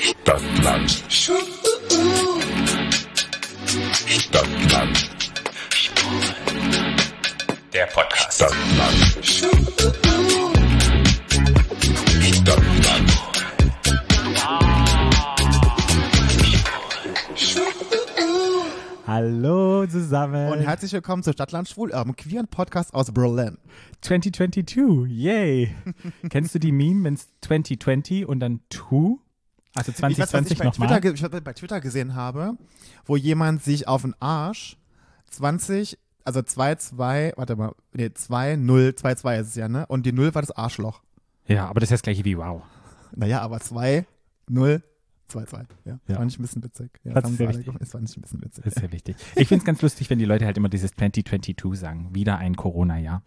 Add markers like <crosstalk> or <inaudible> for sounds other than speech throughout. Stadtland. Stadtland. Der Podcast. Stadtland. Stadtland. Hallo zusammen. Und herzlich willkommen zu Stadtland Schwul, eurem queeren Podcast aus Berlin. 2022, <laughs> yay. Kennst du die Meme, wenn es 2020 und dann 2? Also Ich weiß, was ich 2020 bei Twitter, nochmal. ge- ich was ich bei Twitter gesehen habe, wo jemand sich auf den Arsch 20, also 2-2, warte mal, nee, 2, 0, 2, 2 ist es ja, ne? Und die 0 war das Arschloch. Ja, aber das ist das gleiche wie wow. Naja, aber 2, 0, 2, 2. Ja, Ja. ja. fand ich ein bisschen witzig. Ja, Das ist haben sie sehr alle wichtig. gemacht. Das fand ich ein bisschen witzig. Das ist ja wichtig. Ich finde es ganz lustig, wenn die Leute halt immer dieses 2022 sagen. Wieder ein Corona-Jahr.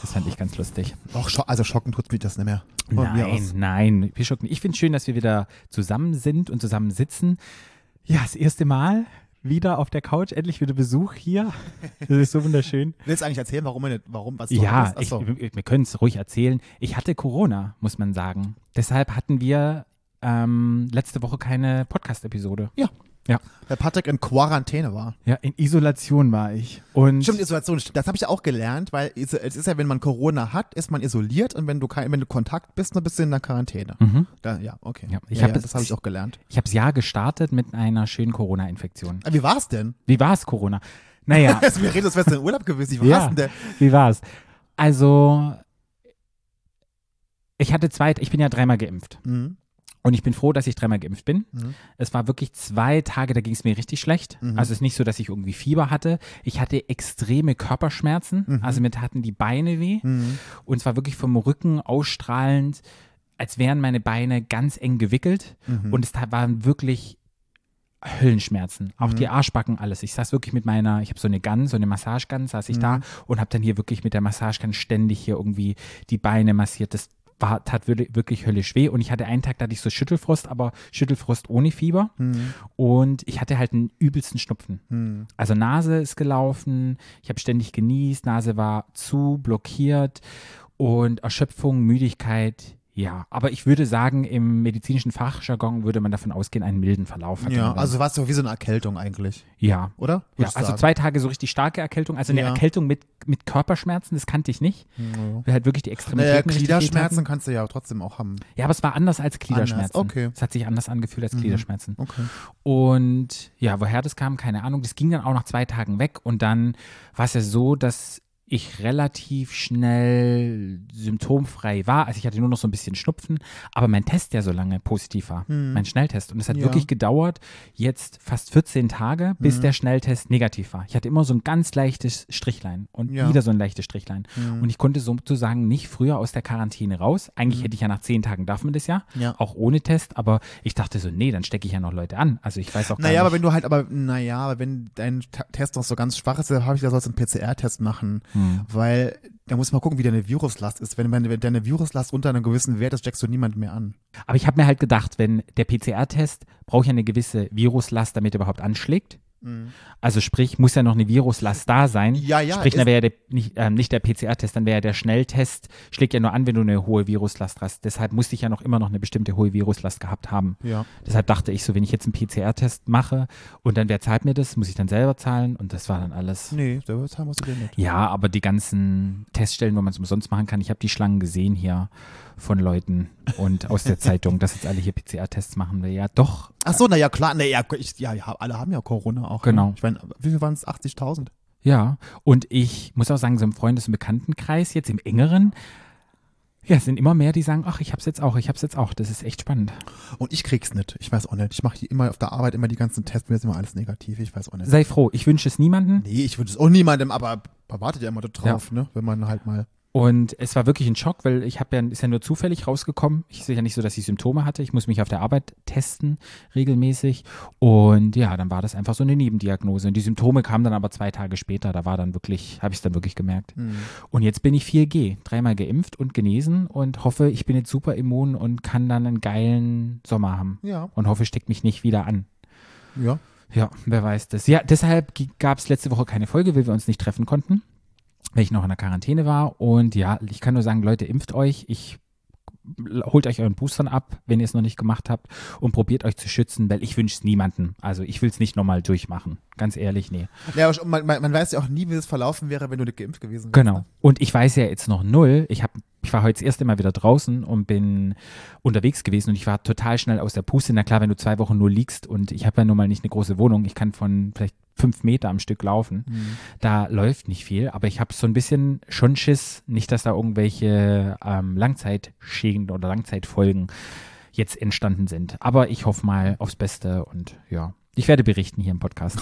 Das fand ich ganz lustig. Och, scho also schocken tut mich das nicht mehr. Von mir Nein, aus. nein. wir schocken- Ich finde es schön, dass wir wieder zusammen sind und zusammen sitzen. Ja, das erste Mal wieder auf der Couch, endlich wieder Besuch hier. Das ist so wunderschön. Willst du eigentlich erzählen, warum, wir nicht- warum was du Ja, hattest? ich, Achso. wir wir können es ruhig erzählen. Ich hatte Corona, muss man sagen. Deshalb hatten wir ähm, letzte Woche keine Podcast-Episode. Ja. Ja. Weil Patrick in Quarantäne war. Ja, in Isolation war ich. Und Stimmt, Isolation, stimmt. das habe ich ja auch gelernt, weil es es ist ja, wenn man Corona hat, ist man isoliert und wenn du, kein, wenn du Kontakt bist, dann bist du in der Quarantäne. Mhm. Da, ja, okay. Ja, Ja, ich ja, hab das, das- habe ich auch gelernt. ich habe das Jahr gestartet mit einer schönen Corona-Infektion. Aber wie war's denn? <laughs> Wie war es, Corona? Naja, Also, wir reden, als wärst du in Urlaub gewesen. Ich war Ja. denn der? wie war es? Also, ich hatte zwei, ich bin ja dreimal geimpft. Mhm. Und ich bin froh, dass ich dreimal geimpft bin. Mhm. Es war wirklich zwei Tage, da ging es mir richtig schlecht. Mhm. Also es ist nicht so, dass ich irgendwie Fieber hatte. Ich hatte extreme Körperschmerzen. Mhm. Also mir taten die Beine weh. Mhm. Und zwar wirklich vom Rücken ausstrahlend, als wären meine Beine ganz eng gewickelt. Mhm. Und es ta- waren wirklich Höllenschmerzen. Auch Mhm. die Arschbacken, alles. Ich saß wirklich mit meiner, ich habe so eine Gans, so eine Massagegans, saß ich Mhm. da und habe dann hier wirklich mit der Massagegans ständig hier irgendwie die Beine massiert. Das war, tat wirklich, wirklich höllisch weh. Und ich hatte einen Tag, da hatte ich so Schüttelfrost, aber Schüttelfrost ohne Fieber. Mhm. Und ich hatte halt einen übelsten Schnupfen. Mhm. Also Nase ist gelaufen, ich habe ständig genießt, Nase war zu, blockiert und Erschöpfung, Müdigkeit, ja. Aber ich würde sagen, im medizinischen Fachjargon würde man davon ausgehen, einen milden Verlauf hat. Ja, man. also warst du wie so eine Erkältung eigentlich, ja. oder? Würd Ja, ich also sagen. zwei Tage so richtig starke Erkältung, also eine Ja. Erkältung mit, mit Körperschmerzen, das kannte ich nicht. Ja. Weil halt wirklich die Extremitäten Naja, richtig weh taten. Äh, Gliederschmerzen kannst du ja trotzdem auch haben. Ja, aber es war anders als Gliederschmerzen. Anders, okay. Mhm. Es hat sich anders angefühlt als Gliederschmerzen. Okay. Und ja, woher das kam, keine Ahnung. Das ging dann auch nach zwei Tagen weg. Und dann war es ja so, dass ich relativ schnell symptomfrei war. Also ich hatte nur noch so ein bisschen Schnupfen, aber mein Test ja so lange positiv war, mein Schnelltest. Und es hat Mhm. Ja. Mhm. wirklich gedauert, jetzt fast 14 Tage, bis der Schnelltest negativ war. Ich hatte immer so ein ganz leichtes Strichlein und Ja. wieder so ein leichtes Strichlein. Mhm. Und ich konnte sozusagen nicht früher aus der Quarantäne raus. Eigentlich hätte ich ja nach 10 Tagen darf man das ja, Mhm. Ja. auch ohne Test, aber ich dachte so, nee, dann stecke ich ja noch Leute an. Also ich weiß auch gar Naja, aber nicht. wenn du halt, aber naja, aber wenn dein Ta- Test noch so ganz schwach ist, dann habe ich da sollst du einen PCR-Test machen, Hm. weil da muss man gucken, wie deine Viruslast ist. Wenn, wenn wenn deine Viruslast unter einem gewissen Wert ist, steckst du niemand mehr an. aber ich habe mir halt gedacht, wenn der PCR-Test braucht ja eine gewisse Viruslast, damit er überhaupt anschlägt. Also sprich, muss ja noch eine Viruslast da sein. Mhm. Ja, ja, Sprich, dann ist- wäre ja der, nicht, ähm, nicht der PCR-Test, dann wäre ja der Schnelltest, schlägt ja nur an, wenn du eine hohe Viruslast hast. Deshalb musste ich ja noch immer noch eine bestimmte hohe Viruslast gehabt haben. Ja. Deshalb dachte ich so, wenn ich jetzt einen PCR-Test mache und dann wer zahlt mir das, muss ich dann selber zahlen und das war dann alles. Nee, da bezahlen musst du den nicht. Ja, aber die ganzen Teststellen, wo man es umsonst machen kann, ich habe die Schlangen gesehen hier von Leuten und aus der Zeitung, dass jetzt alle hier PCR-Tests machen will. Ja, doch. Ach so, naja, klar, naja, ich, ja, ja, alle haben ja Corona auch. Genau. Ne? Ich meine, wie viel waren es? 80.000? Ja. Und ich muss auch sagen, so im Freundes- und Bekanntenkreis, jetzt im engeren, ja, es sind immer mehr, die sagen, ach, ich hab's jetzt auch, ich hab's jetzt auch. Das ist echt spannend. Und ich krieg's nicht. Ich weiß auch nicht. Ich mache hier immer auf der Arbeit immer die ganzen Tests, mir ist immer alles negativ. Ich weiß auch nicht. Sei froh, ich wünsche es niemanden. Nee, ich würde es auch niemandem, aber man wartet ja immer da drauf, ne? Wenn man halt mal. Und es war wirklich ein Schock, weil ich habe ja, ist ja nur zufällig rausgekommen. Ich sehe ja nicht so, dass ich Symptome hatte. Ich muss mich auf der Arbeit testen, regelmäßig. Und ja, dann war das einfach so eine Nebendiagnose. Und die Symptome kamen dann aber zwei Tage später. Da war dann wirklich, habe ich es dann wirklich gemerkt. hm, Und jetzt bin ich 4G, dreimal geimpft und genesen und hoffe, ich bin jetzt super immun und kann dann einen geilen Sommer haben. Ja, Und hoffe, steckt mich nicht wieder an. ja. Ja, wer weiß das. Ja, deshalb gab es letzte Woche keine Folge, weil wir uns nicht treffen konnten, weil ich noch in der Quarantäne war. Und ja, ich kann nur sagen, Leute, impft euch. Ich holt euch euren Boostern ab, wenn ihr es noch nicht gemacht habt und probiert euch zu schützen, weil ich wünsche es niemandem. Also ich will es nicht nochmal durchmachen. Ganz ehrlich, nee. Ja, aber man, man, man weiß ja auch nie, wie es verlaufen wäre, wenn du nicht geimpft gewesen wärst. Genau. Und ich weiß ja jetzt noch null. Ich habe ich war heute das erste Mal wieder draußen und bin unterwegs gewesen und ich war total schnell aus der Puste. Na klar, wenn du zwei Wochen nur liegst und ich habe ja nun mal nicht eine große Wohnung, ich kann von vielleicht fünf Meter am Stück laufen. ne? Hm. Da läuft nicht viel, aber ich habe so ein bisschen schon Schiss, nicht, dass da irgendwelche ähm, Langzeitschäden oder Langzeitfolgen jetzt entstanden sind. Aber ich hoffe mal aufs Beste und ja, ich werde berichten hier im <laughs> Podcast.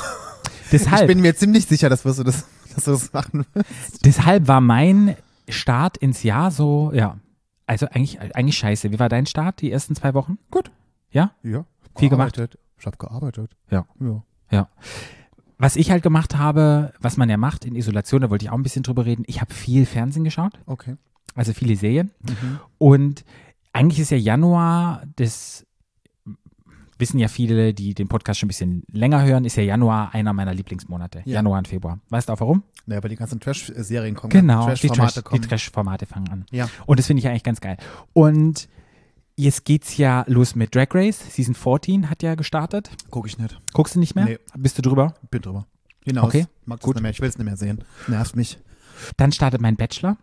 Deshalb. Ich bin mir ziemlich sicher, dass wirst du das, <laughs> dass du das machen wirst. Deshalb war mein Start ins Jahr so, ja. Also eigentlich, eigentlich scheiße. Wie war dein Start die ersten zwei Wochen? Gut. Ja? Ja. Viel gemacht? gearbeitet. Ich habe gearbeitet. Ja. Ja. Ja. Was ich halt gemacht habe, was man ja macht in Isolation, da wollte ich auch ein bisschen drüber reden. Ich habe viel Fernsehen geschaut, Okay. also viele Serien. Mhm. Und eigentlich ist ja Januar, das wissen ja viele, die den Podcast schon ein bisschen länger hören, ist ja Januar einer meiner Lieblingsmonate. Ja. Januar und Februar. Weißt du auch warum? Naja, weil die ganzen Trash-Serien kommen. Genau, die Trash-Formate Trash- die kommen. Trash-Formate fangen an. ja. Und das finde ich eigentlich ganz geil. Und jetzt geht's ja los mit Drag Race. Season 14 hat ja gestartet. Guck ich nicht. Guckst du nicht mehr? Nee. Bist du drüber? Bin drüber. Hinaus. Okay. Mag das Gut. nicht mehr. Ich will es nicht mehr sehen. Nervt mich. <laughs> Dann startet mein Bachelor.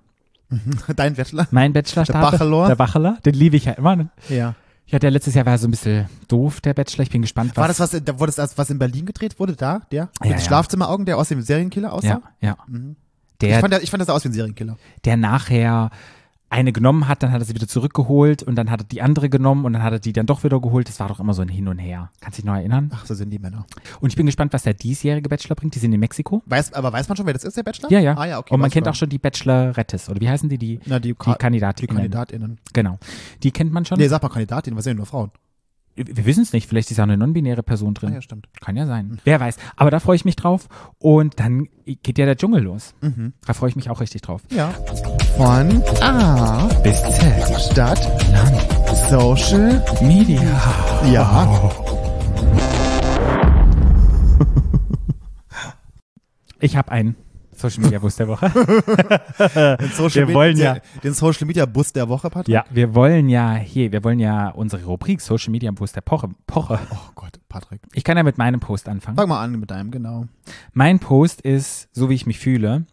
Dein Bachelor? Mein Bachelor Der startet. Bachelor? Der Bachelor. Den liebe ich ja immer. Ja. Ja, der letztes Jahr war so ein bisschen doof, der Bachelor. Ich bin gespannt, was. War das was, da wurde das, was in Berlin gedreht wurde? Da? Der? Mit Ja, dem ja. Schlafzimmeraugen, der aus dem Serienkiller aussah? Ja, ja. Mhm. Ich, Der, fand, der- ich fand, das sah aus wie ein Serienkiller. der nachher eine genommen hat, dann hat er sie wieder zurückgeholt und dann hat er die andere genommen und dann hat er die dann doch wieder geholt. Das war doch immer so ein Hin und Her. Kannst dich noch erinnern? Ach, so sind die Männer. Und ich bin gespannt, was der diesjährige Bachelor bringt. Die sind in Mexiko. Weiß, aber weiß man schon, wer das ist, der Bachelor? Ja, ja. Ah, ja, okay. und man weiß kennt auch schon die Bachelorettes, oder wie heißen die? Die, Na, die, die Ka die Kandidatinnen. KandidatInnen. Genau. Die kennt man schon. Nee, sag mal Kandidatinnen, was sind denn nur Frauen? Wir wissen es nicht, vielleicht ist ja auch eine non-binäre Person Ah, drin. ja, stimmt. Hm. Kann ja sein. Wer weiß. Aber da freue ich mich drauf. Und dann geht ja der Dschungel los. Mhm. Da freue ich mich auch richtig drauf. Ja. Von A Bis Z. Stadt, Land, Social, Media. ja. Oh, Ich habe einen Social Media Boost der Woche. Den Social Wir wollen Media, Den Social Media Bus der Woche, <laughs> Patrick. ja, wir wollen ja hier, wir wollen ja unsere Rubrik Social Media Boost der Poche. Poche. Oh Gott, Patrick. Ich kann ja mit meinem Post anfangen. Fang mal an mit deinem, genau. Mein Post ist, so wie ich mich fühle.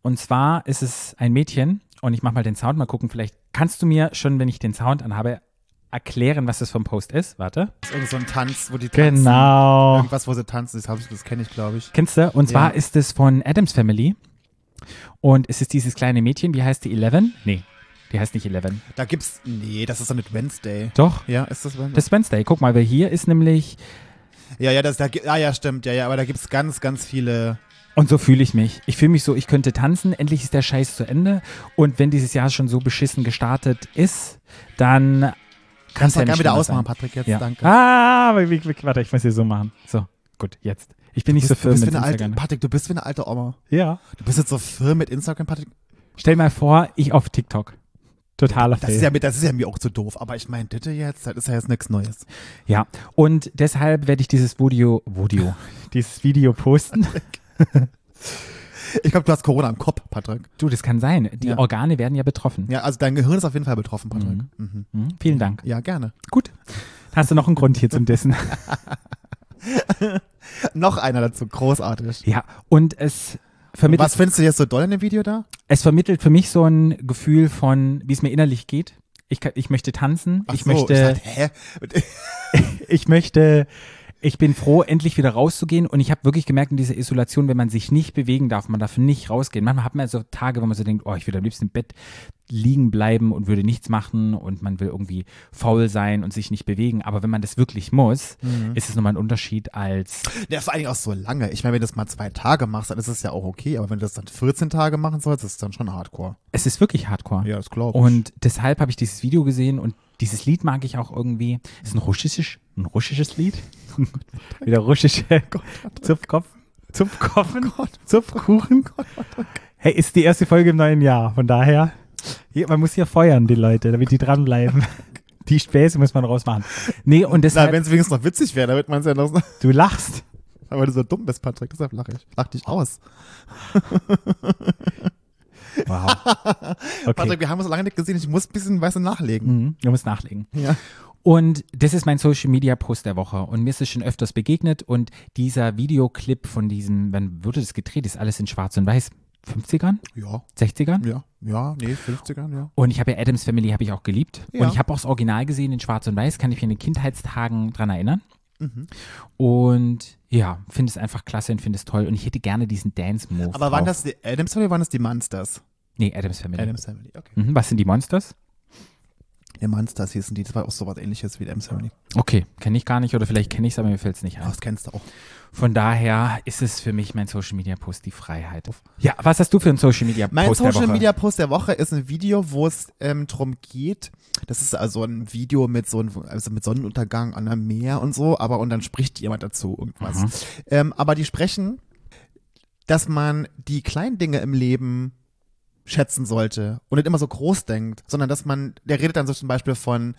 Und zwar ist es ein Mädchen und ich mache mal den Sound, mal gucken, vielleicht kannst du mir schon, wenn ich den Sound anhabe, erklären, was das für ein Post ist. Warte. Das ist irgend so ein Tanz, wo die tanzen. Genau. Irgendwas, wo sie tanzen, das, hab ich- das kenne ich, glaube ich. Kennst du? Und zwar Ja. ist es von Adams Family. Und es ist dieses kleine Mädchen, die heißt die Eleven? Nee, die heißt nicht Eleven. Da gibt's. Nee, das ist doch nicht Wednesday. Doch. Ja, ist das Wednesday? Das ist Wednesday. Guck mal, weil hier ist nämlich, ja, ja, das, da, gi- ah, ja, stimmt. Ja, ja, aber da gibt's ganz, ganz viele. und so fühle ich mich. Ich fühle mich so, ich könnte tanzen, endlich ist der Scheiß zu Ende. Und wenn dieses Jahr schon so beschissen gestartet ist, dann kannst Kannst du du ja gerne nicht wieder anders sein. ausmachen, Patrick, jetzt. Ja. Danke. Ah, aber wie- wie- warte, ich muss hier so machen. So, gut, jetzt. Ich bin nicht du so bist, du firm bist wie mit eine alte, Instagram. Patrick, du bist wie eine alte Oma. Ja. Du bist jetzt so firm mit Instagram, Patrick. Stell mal vor, ich auf TikTok. Totaler Das Fail. ist, ja, mir- das ist ja mir auch zu doof. Aber ich meine, bitte jetzt, das ist ja jetzt nichts Neues. Ja, und deshalb werde ich dieses Video, <laughs> Video, dieses Video posten. Ich glaube, du hast Corona im Kopf, Patrick. Du, das kann sein. Die Ja. Organe werden ja betroffen. Ja, also dein Gehirn ist auf jeden Fall betroffen, Patrick. Mhm. Hm, vielen Dank. Ja, gerne. <laughs> Gut. Hast du noch einen Grund hier zum Dissen? Noch einer dazu, großartig. Ja, und es vermittelt, Was findest du jetzt so doll in dem Video da? es vermittelt für mich so ein Gefühl von, wie es mir innerlich geht. Ich, kann, ich möchte tanzen, Ach ich, so, möchte, <laughs> dachte, hä? äh, ich möchte, ich bin froh, endlich wieder rauszugehen. Und ich habe wirklich gemerkt in dieser Isolation, wenn man sich nicht bewegen darf, man darf nicht rausgehen. Manchmal hat man so Tage, wo man so denkt, oh, ich würde am liebsten im Bett liegen bleiben und würde nichts machen und man will irgendwie faul sein und sich nicht bewegen. Aber wenn man das wirklich muss, Mhm. ist es nochmal ein Unterschied als Ja, vor allen Dingen auch so lange. Ich meine, wenn du das mal zwei Tage machst, dann ist es ja auch okay. Aber wenn du das dann 14 Tage machen sollst, ist es dann schon hardcore. es ist wirklich hardcore. Ja, das glaube ich. Und deshalb habe ich dieses Video gesehen und dieses Lied mag ich auch irgendwie. Es ist ein russisches, ein russisches Lied. Wieder russische Zupfkopf, Oh Zupfkoffen, Zupfkuchen. Hey, ist die erste Folge im neuen Jahr. Von daher, hier, man muss hier feuern, die Leute, damit die <laughs> dranbleiben. Die Späße muss man rausmachen. Nee, und Na, wenn deshalb, es wenigstens noch witzig wäre, damit man es ja noch. <laughs> du lachst. Weil du so dumm bist, Patrick, deshalb lache ich. Lach dich aus. <laughs> Wow. Okay. Patrick, wir haben uns lange nicht gesehen. Ich muss ein bisschen weißt du, nachlegen. Mhm. Du musst nachlegen. Ja. Und das ist mein Social Media Post der Woche. Und mir ist es schon öfters begegnet. Und dieser Videoclip von diesem, wann wurde das gedreht? Ist alles in schwarz und weiß. 50ern? Ja, 60ern? ja, ja, nee, 50ern, ja. Und ich habe ja Adams Family habe ich auch geliebt. Ja. Und ich habe auch das Original gesehen in Schwarz und Weiß, kann ich mich in den Kindheitstagen dran erinnern. Mhm. Und ja, finde es einfach klasse und finde es toll. Und ich hätte gerne diesen Dance-Move. Aber waren drauf. das die Adams Family oder waren das die Monsters? Nee, Adams Family. Adams Family, okay. Mhm, was sind die Monsters? Die Monsters hießen die, das war auch sowas ähnliches wie die Adams Family. Okay, kenne ich gar nicht oder vielleicht kenne ich es, aber mir fällt es nicht Ja. ein. Das kennst du auch. Von daher ist es für mich mein Social Media Post die Freiheit. Ja, was hast du für einen Social Media Post? Mein der Social Woche? Media Post der Woche ist ein Video, wo es ähm, drum geht. Das ist also ein Video mit so einem, also mit Sonnenuntergang an einem Meer und so, aber und dann spricht jemand dazu irgendwas. Mhm. Ähm, aber die sprechen, dass man die kleinen Dinge im Leben schätzen sollte und nicht immer so groß denkt, sondern dass man, der redet dann so zum Beispiel von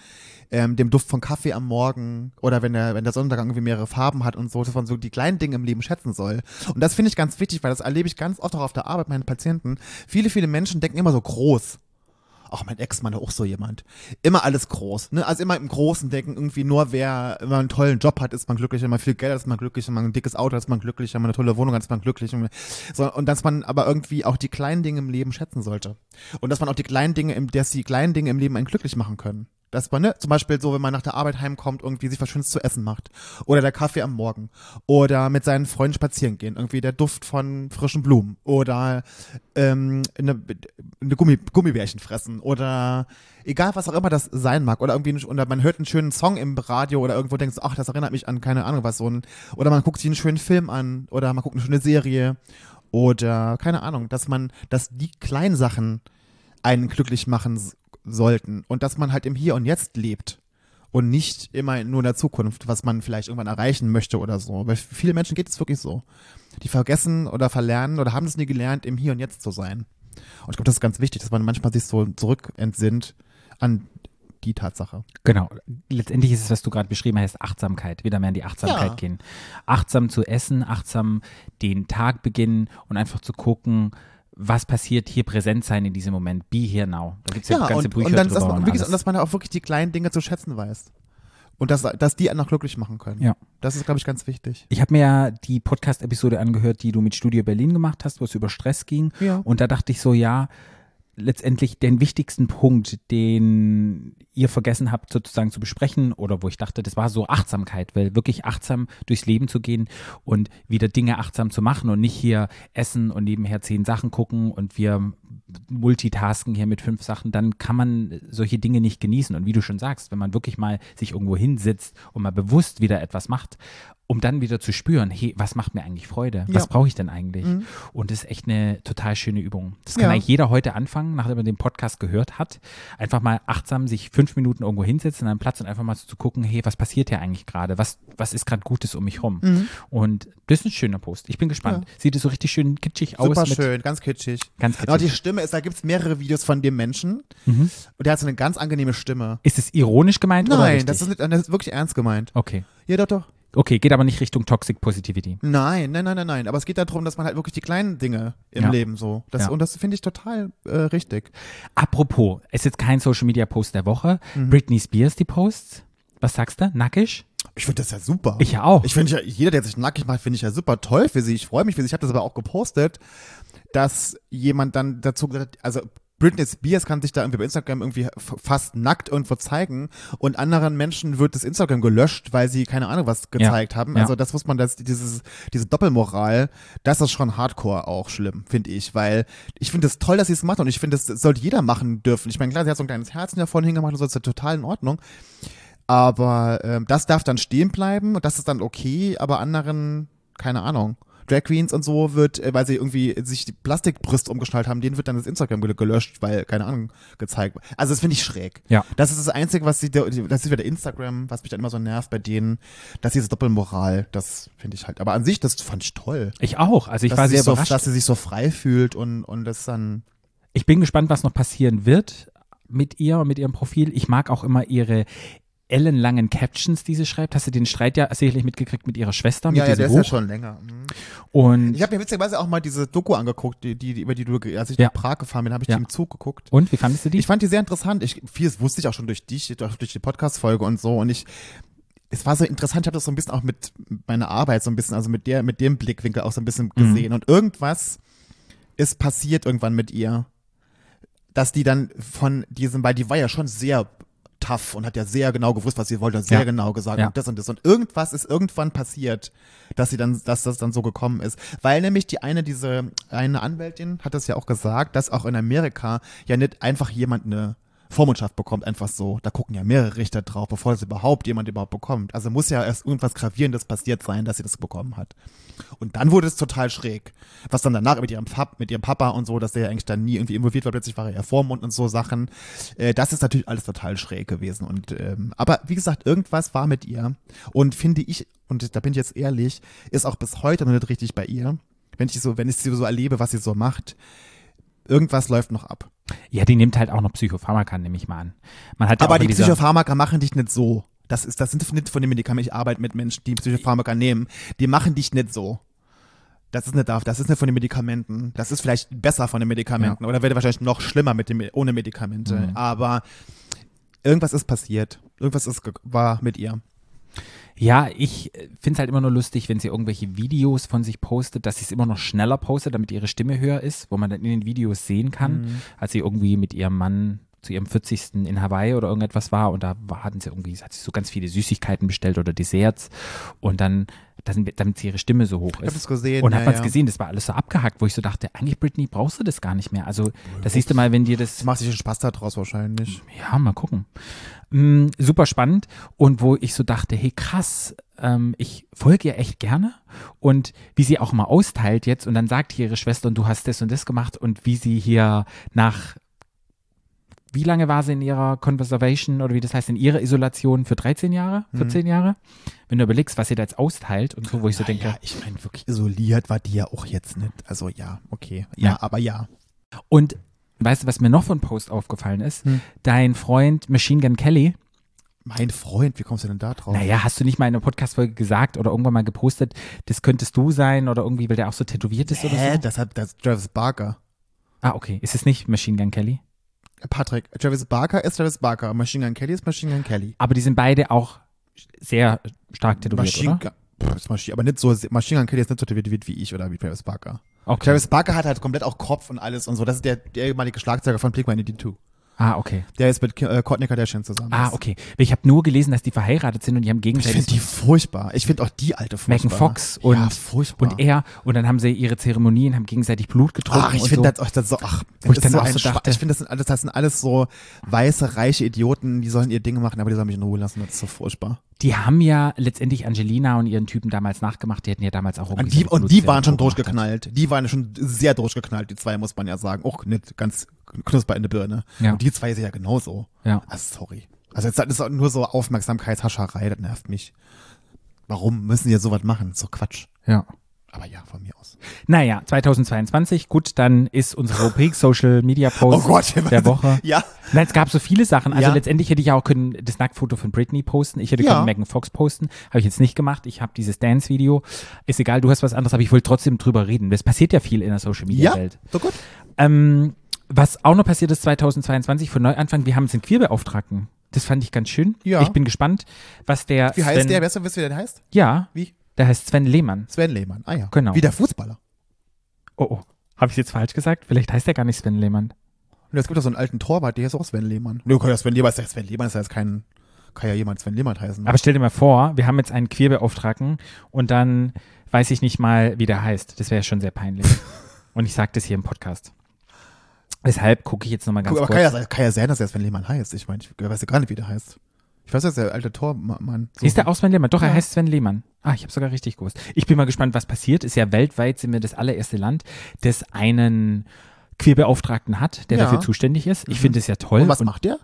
ähm, dem Duft von Kaffee am Morgen oder wenn der, wenn der Sonnenuntergang irgendwie mehrere Farben hat und so, dass man so die kleinen Dinge im Leben schätzen soll. Und das finde ich ganz wichtig, weil das erlebe ich ganz oft auch auf der Arbeit mit meinen Patienten. Viele, viele Menschen denken immer so groß. Auch mein Ex-Mann war auch so jemand. Immer alles groß. Ne? Also immer im Großen denken, irgendwie nur wer immer einen tollen Job hat, ist man glücklich, wenn man viel Geld hat, ist man glücklich, wenn man ein dickes Auto hat, ist man glücklich, wenn man eine tolle Wohnung hat, ist man glücklich. Und, so, und dass man aber irgendwie auch die kleinen Dinge im Leben schätzen sollte. Und dass man auch die kleinen Dinge, im, dass die kleinen Dinge im Leben einen glücklich machen können. Dass man, ne, zum Beispiel so, wenn man nach der Arbeit heimkommt, irgendwie sich was Schönes zu essen macht. Oder der Kaffee am Morgen. Oder mit seinen Freunden spazieren gehen. Irgendwie der Duft von frischen Blumen. Oder ähm, eine, eine Gummi, Gummibärchen fressen. Oder egal, was auch immer das sein mag. Oder irgendwie, ein- oder man hört einen schönen Song im Radio oder irgendwo denkt, so, ach, das erinnert mich an keine Ahnung was. So ein, oder man guckt sich einen schönen Film an. Oder man guckt eine schöne Serie. Oder keine Ahnung, dass man, dass die kleinen Sachen einen glücklich machen s- sollten und dass man halt im Hier und Jetzt lebt und nicht immer nur in der Zukunft, was man vielleicht irgendwann erreichen möchte oder so. Weil für viele Menschen geht es wirklich so. Die vergessen oder verlernen oder haben es nie gelernt, im Hier und Jetzt zu sein. Und ich glaube, das ist ganz wichtig, dass man manchmal sich so zurückentsinnt an die Tatsache. Genau. Letztendlich ist es, was du gerade beschrieben hast, Achtsamkeit. Wieder mehr in die Achtsamkeit Ja. gehen. Achtsam zu essen, achtsam den Tag beginnen und einfach zu gucken, was passiert hier, präsent sein in diesem Moment. Be here now. Da gibt es ja, ganze und, Bücher und dann, drüber dass man, und und wirklich, alles. und dass man auch wirklich die kleinen Dinge zu schätzen weiß. Und dass, dass die einen auch glücklich machen können. Ja. Das ist, glaube ich, ganz wichtig. Ich habe mir ja die Podcast-Episode angehört, die du mit Studio Berlin gemacht hast, wo es über Stress ging. Ja. Und da dachte ich so, ja, letztendlich den wichtigsten Punkt, den ihr vergessen habt sozusagen zu besprechen oder wo ich dachte, das war so Achtsamkeit, weil wirklich achtsam durchs Leben zu gehen und wieder Dinge achtsam zu machen und nicht hier essen und nebenher zehn Sachen gucken und wir multitasken hier mit fünf Sachen, dann kann man solche Dinge nicht genießen. Und wie du schon sagst, wenn man wirklich mal sich irgendwo hinsetzt und mal bewusst wieder etwas macht, um dann wieder zu spüren, hey, was macht mir eigentlich Freude? Was Ja. Mhm. brauche ich denn eigentlich? Und das ist echt eine total schöne Übung. Das kann Ja. eigentlich jeder heute anfangen, nachdem er den Podcast gehört hat. Einfach mal achtsam sich fünf Minuten irgendwo hinsetzen an einem Platz und einfach mal so zu gucken, hey, was passiert hier eigentlich gerade? Was, was ist gerade Gutes um mich rum? Mhm. Und das ist ein schöner Post. Ich bin gespannt. Sieht es so richtig schön kitschig Super aus. mit- schön, ganz kitschig. Ganz kitschig. Mhm. Genau, die Stimme ist, da gibt's mehrere Videos von dem Menschen und der hat so eine ganz angenehme Stimme. Ist es ironisch gemeint oder Nein, richtig? das ist, nicht, das ist wirklich ernst gemeint. okay. Ja, doch, doch. Okay, geht aber nicht Richtung Toxic Positivity. Nein, nein, nein, nein, nein. Aber es geht darum, dass man halt wirklich die kleinen Dinge im Ja. Leben so. Das, Ja. Und das finde ich total äh, richtig. Apropos, ist jetzt kein Social Media Post der Woche. Mhm. Britney Spears, die Posts. Was sagst du? Nackig? Ich finde das ja super. Ich ja auch. Ich finde ja, jeder, der sich nackig macht, finde ich ja super toll für sie. Ich freue mich für sie. Ich habe das aber auch gepostet, dass jemand dann dazu gesagt hat, also Britney Spears kann sich da irgendwie bei Instagram irgendwie f- fast nackt irgendwo zeigen und anderen Menschen wird das Instagram gelöscht, weil sie keine Ahnung was gezeigt haben. Ja. Also das muss man, das, dieses, diese Doppelmoral, das ist schon hardcore auch schlimm, finde ich, weil ich finde es toll, dass sie es macht und ich finde, das sollte jeder machen dürfen. Ich meine, klar, sie hat so ein kleines Herzchen davon hingemacht und so, das ist ja total in Ordnung. Aber ähm, das darf dann stehen bleiben und das ist dann okay, aber anderen, keine Ahnung. Drag Queens und so wird, äh, weil sie irgendwie sich die Plastikbrüste umgeschnallt haben, denen wird dann das Instagram gel- gelöscht, weil, keine Ahnung, gezeigt. Also das finde ich schräg. Ja. Das ist das Einzige, was sie, das ist wieder Instagram, was mich dann immer so nervt bei denen, dass diese Doppelmoral, das finde ich halt. Aber an sich, das fand ich toll. Ich auch. Also ich dass, war sie sehr sich so, überrascht. dass sie sich so frei fühlt und, und das dann, Ich bin gespannt, was noch passieren wird mit ihr und mit ihrem Profil. Ich mag auch immer ihre ellenlangen Captions, die sie schreibt. Hast du den Streit ja sicherlich mitgekriegt mit ihrer Schwester, mit Ja, ja, diesem der ist Buch. ja schon länger. Mhm. Und Ich habe mir witzigerweise auch mal diese Doku angeguckt, die, die, die- über die du, ge- als ich Ja. nach Prag gefahren bin, habe ich Ja. die im Zug geguckt. und wie fandest du die? Ich fand die sehr interessant. Ich, vieles wusste ich auch schon durch dich, durch durch die Podcast-Folge und so. Und ich, es war so interessant, ich habe das so ein bisschen auch mit meiner Arbeit so ein bisschen, also mit der, mit dem Blickwinkel auch so ein bisschen Mhm. gesehen. Und irgendwas ist passiert irgendwann mit ihr, dass die dann von diesem, weil die war ja schon sehr tough und hat ja sehr genau gewusst, was sie wollte und sehr Ja. genau gesagt Ja. und das und das. Und irgendwas ist irgendwann passiert, dass sie dann, dass das dann so gekommen ist. Weil nämlich die eine, diese eine Anwältin hat das ja auch gesagt, dass auch in Amerika ja nicht einfach jemand eine Vormundschaft bekommt, einfach so. Da gucken ja mehrere Richter drauf, bevor es überhaupt jemand überhaupt bekommt. Also muss ja erst irgendwas Gravierendes passiert sein, dass sie das bekommen hat. Und dann wurde es total schräg. Was dann danach mit ihrem, Pap mit ihrem Papa und so, dass der ja eigentlich dann nie irgendwie involviert war, plötzlich war er ja Vormund und so Sachen. Äh, das ist natürlich alles total schräg gewesen. Und, ähm, aber wie gesagt, irgendwas war mit ihr. Und finde ich, und da bin ich jetzt ehrlich, ist auch bis heute noch nicht richtig bei ihr. Wenn ich so, wenn ich sie so erlebe, was sie so macht, irgendwas läuft noch ab. ja, die nimmt halt auch noch Psychopharmaka, nehme ich mal an. Man hat ja Aber auch in die dieser- Psychopharmaka machen dich nicht so. Das ist, das sind nicht von den Medikamenten. Ich arbeite mit Menschen, die Psychopharmaka nehmen. Die machen dich nicht so. Das ist nicht darf, das ist nicht von den Medikamenten. Das ist vielleicht besser von den Medikamenten oder wäre wahrscheinlich noch schlimmer mit dem, ohne Medikamente. Mhm. Aber irgendwas ist passiert. Irgendwas ist, ge- war mit ihr. Ja, ich finde es halt immer nur lustig, wenn sie irgendwelche Videos von sich postet, dass sie es immer noch schneller postet, damit ihre Stimme höher ist, wo man dann in den Videos sehen kann, Mhm. als sie irgendwie mit ihrem Mann zu ihrem 40. in Hawaii oder irgendetwas war und da war- hatten sie irgendwie, hat sie so ganz viele Süßigkeiten bestellt oder Desserts und dann, dann damit ihre Stimme so hoch ist. das gesehen, Und hat ja, man es ja. gesehen, das war alles so abgehackt, wo ich so dachte, eigentlich Britney brauchst du das gar nicht mehr. Also das siehst du mal, wenn dir das Das macht sich einen Spaß daraus wahrscheinlich. ja, mal gucken. Mm, super spannend. Und wo ich so dachte, hey krass, ähm, ich folge ihr echt gerne. Und wie sie auch mal austeilt jetzt und dann sagt hier ihre Schwester, und du hast das und das gemacht und wie sie hier nach wie lange war sie in ihrer Conservation oder wie das heißt, in ihrer Isolation für 13 Jahre, 14 Jahre? Wenn du überlegst, was sie da jetzt austeilt und so, wo ich so denke, Ah, ja, ich meine, wirklich isoliert war die ja auch jetzt nicht. Also ja, okay. Ja, Ja. aber ja. Und weißt du, was mir noch von Post aufgefallen ist? Dein Freund Machine Gun Kelly, Mein Freund, wie kommst du denn da drauf? naja, hast du nicht mal in einer Podcast-Folge gesagt oder irgendwann mal gepostet, das könntest du sein oder irgendwie, weil der auch so tätowiert ist oder Hä? so? Das hat das ist Travis Barker. Ah, okay. Ist es nicht Machine Gun Kelly? Patrick, Travis Barker ist Travis Barker, Machine Gun Kelly ist Machine Gun Kelly. Aber die sind beide auch sehr stark tätowiert, Machine oder? Gun, Pff, ist Machine, aber nicht so, Machine Gun Kelly ist nicht so tätowiert wie ich oder wie Travis Barker. Okay. Travis Barker hat halt komplett auch Kopf und alles und so. Das ist der, der ehemalige Schlagzeuger von Blink-182. Ah, okay. Der ist mit Ki- äh, Courtney Kardashian zusammen. Ah, okay. Ich habe nur gelesen, dass die verheiratet sind und die haben Ich finde gegenseitig die furchtbar. Ich finde auch die alte Megan furchtbar. Fox und, ja, furchtbar. und er und dann haben sie ihre Zeremonien, haben gegenseitig Blut getrunken Ach, ich und finde so. das, ach, das so, ach, Wo ich dann das ist so auch ein so Schwa- dachte- ich finde, das sind alles, das sind alles so weiße, reiche Idioten, die sollen ihr Ding machen, aber die sollen mich in Ruhe lassen, das ist so furchtbar. Die haben ja letztendlich Angelina und ihren Typen damals nachgemacht. Die hätten ja damals auch Und irgendwie die, so eine und die waren schon Blutzeremonie gemacht. durchgeknallt. Die waren schon sehr durchgeknallt, die zwei, muss man ja sagen. Auch nicht ganz knusper in der Birne. Ja. Und die zwei sind ja genauso. Ja. Also, sorry. Also, jetzt das ist auch nur so Aufmerksamkeitshascherei, das nervt mich. Warum müssen die jetzt sowas machen? So Quatsch. Ja. Aber ja, von mir aus. Naja, 2022, gut, dann ist unsere <laughs> Rubrik Social Media Post der Woche. Oh Ja. Nein, es gab so viele Sachen. Also Ja. letztendlich hätte ich ja auch können das Nacktfoto von Britney posten. Ich hätte Ja. können Megan Fox posten. Habe ich jetzt nicht gemacht. Ich habe dieses Dance-Video. Ist egal, du hast was anderes, aber ich wollte trotzdem drüber reden. Das passiert ja viel in der Social Media Ja, Welt. so gut. Ähm, was auch noch passiert ist 2022 von Neuanfang, wir haben uns einen Queerbeauftragten. Das fand ich ganz schön. Ja. Ich bin gespannt, was der. Wie heißt Sven, der? Weißt du, wisst ihr, wie der heißt? Ja, Wie? der heißt Sven Lehmann. Sven Lehmann. Ah ja. Genau. Wie der Fußballer. Oh, oh. Habe ich jetzt falsch gesagt? Vielleicht heißt er gar nicht Sven Lehmann. Und es gibt auch so einen alten Torwart, der heißt auch Sven Lehmann. Nö, kann ja Sven Lehmann, ist ja Sven Lehmann, ist ja jetzt kein, kann ja jemand Sven Lehmann heißen. Aber stell dir mal vor, wir haben jetzt einen Queerbeauftragten und dann weiß ich nicht mal, wie der heißt. Das wäre schon sehr <laughs> peinlich. und ich sage das hier im Podcast. Deshalb gucke ich jetzt nochmal ganz Guck, aber kurz. kann ja, kann ja sein, dass er Sven Lehmann heißt. Ich meine, ich weiß ja gar nicht, wie der heißt. Ich weiß, dass der alte Tormann. So Ist der auch Sven Lehmann? Doch, er Ja. heißt Sven Lehmann. Ah, ich habe sogar richtig gewusst. Ich bin mal gespannt, was passiert. Ist ja weltweit, sind wir das allererste Land, das einen Queerbeauftragten hat, der Ja. Mhm. dafür zuständig ist. Ich finde es ja toll. Und was macht der?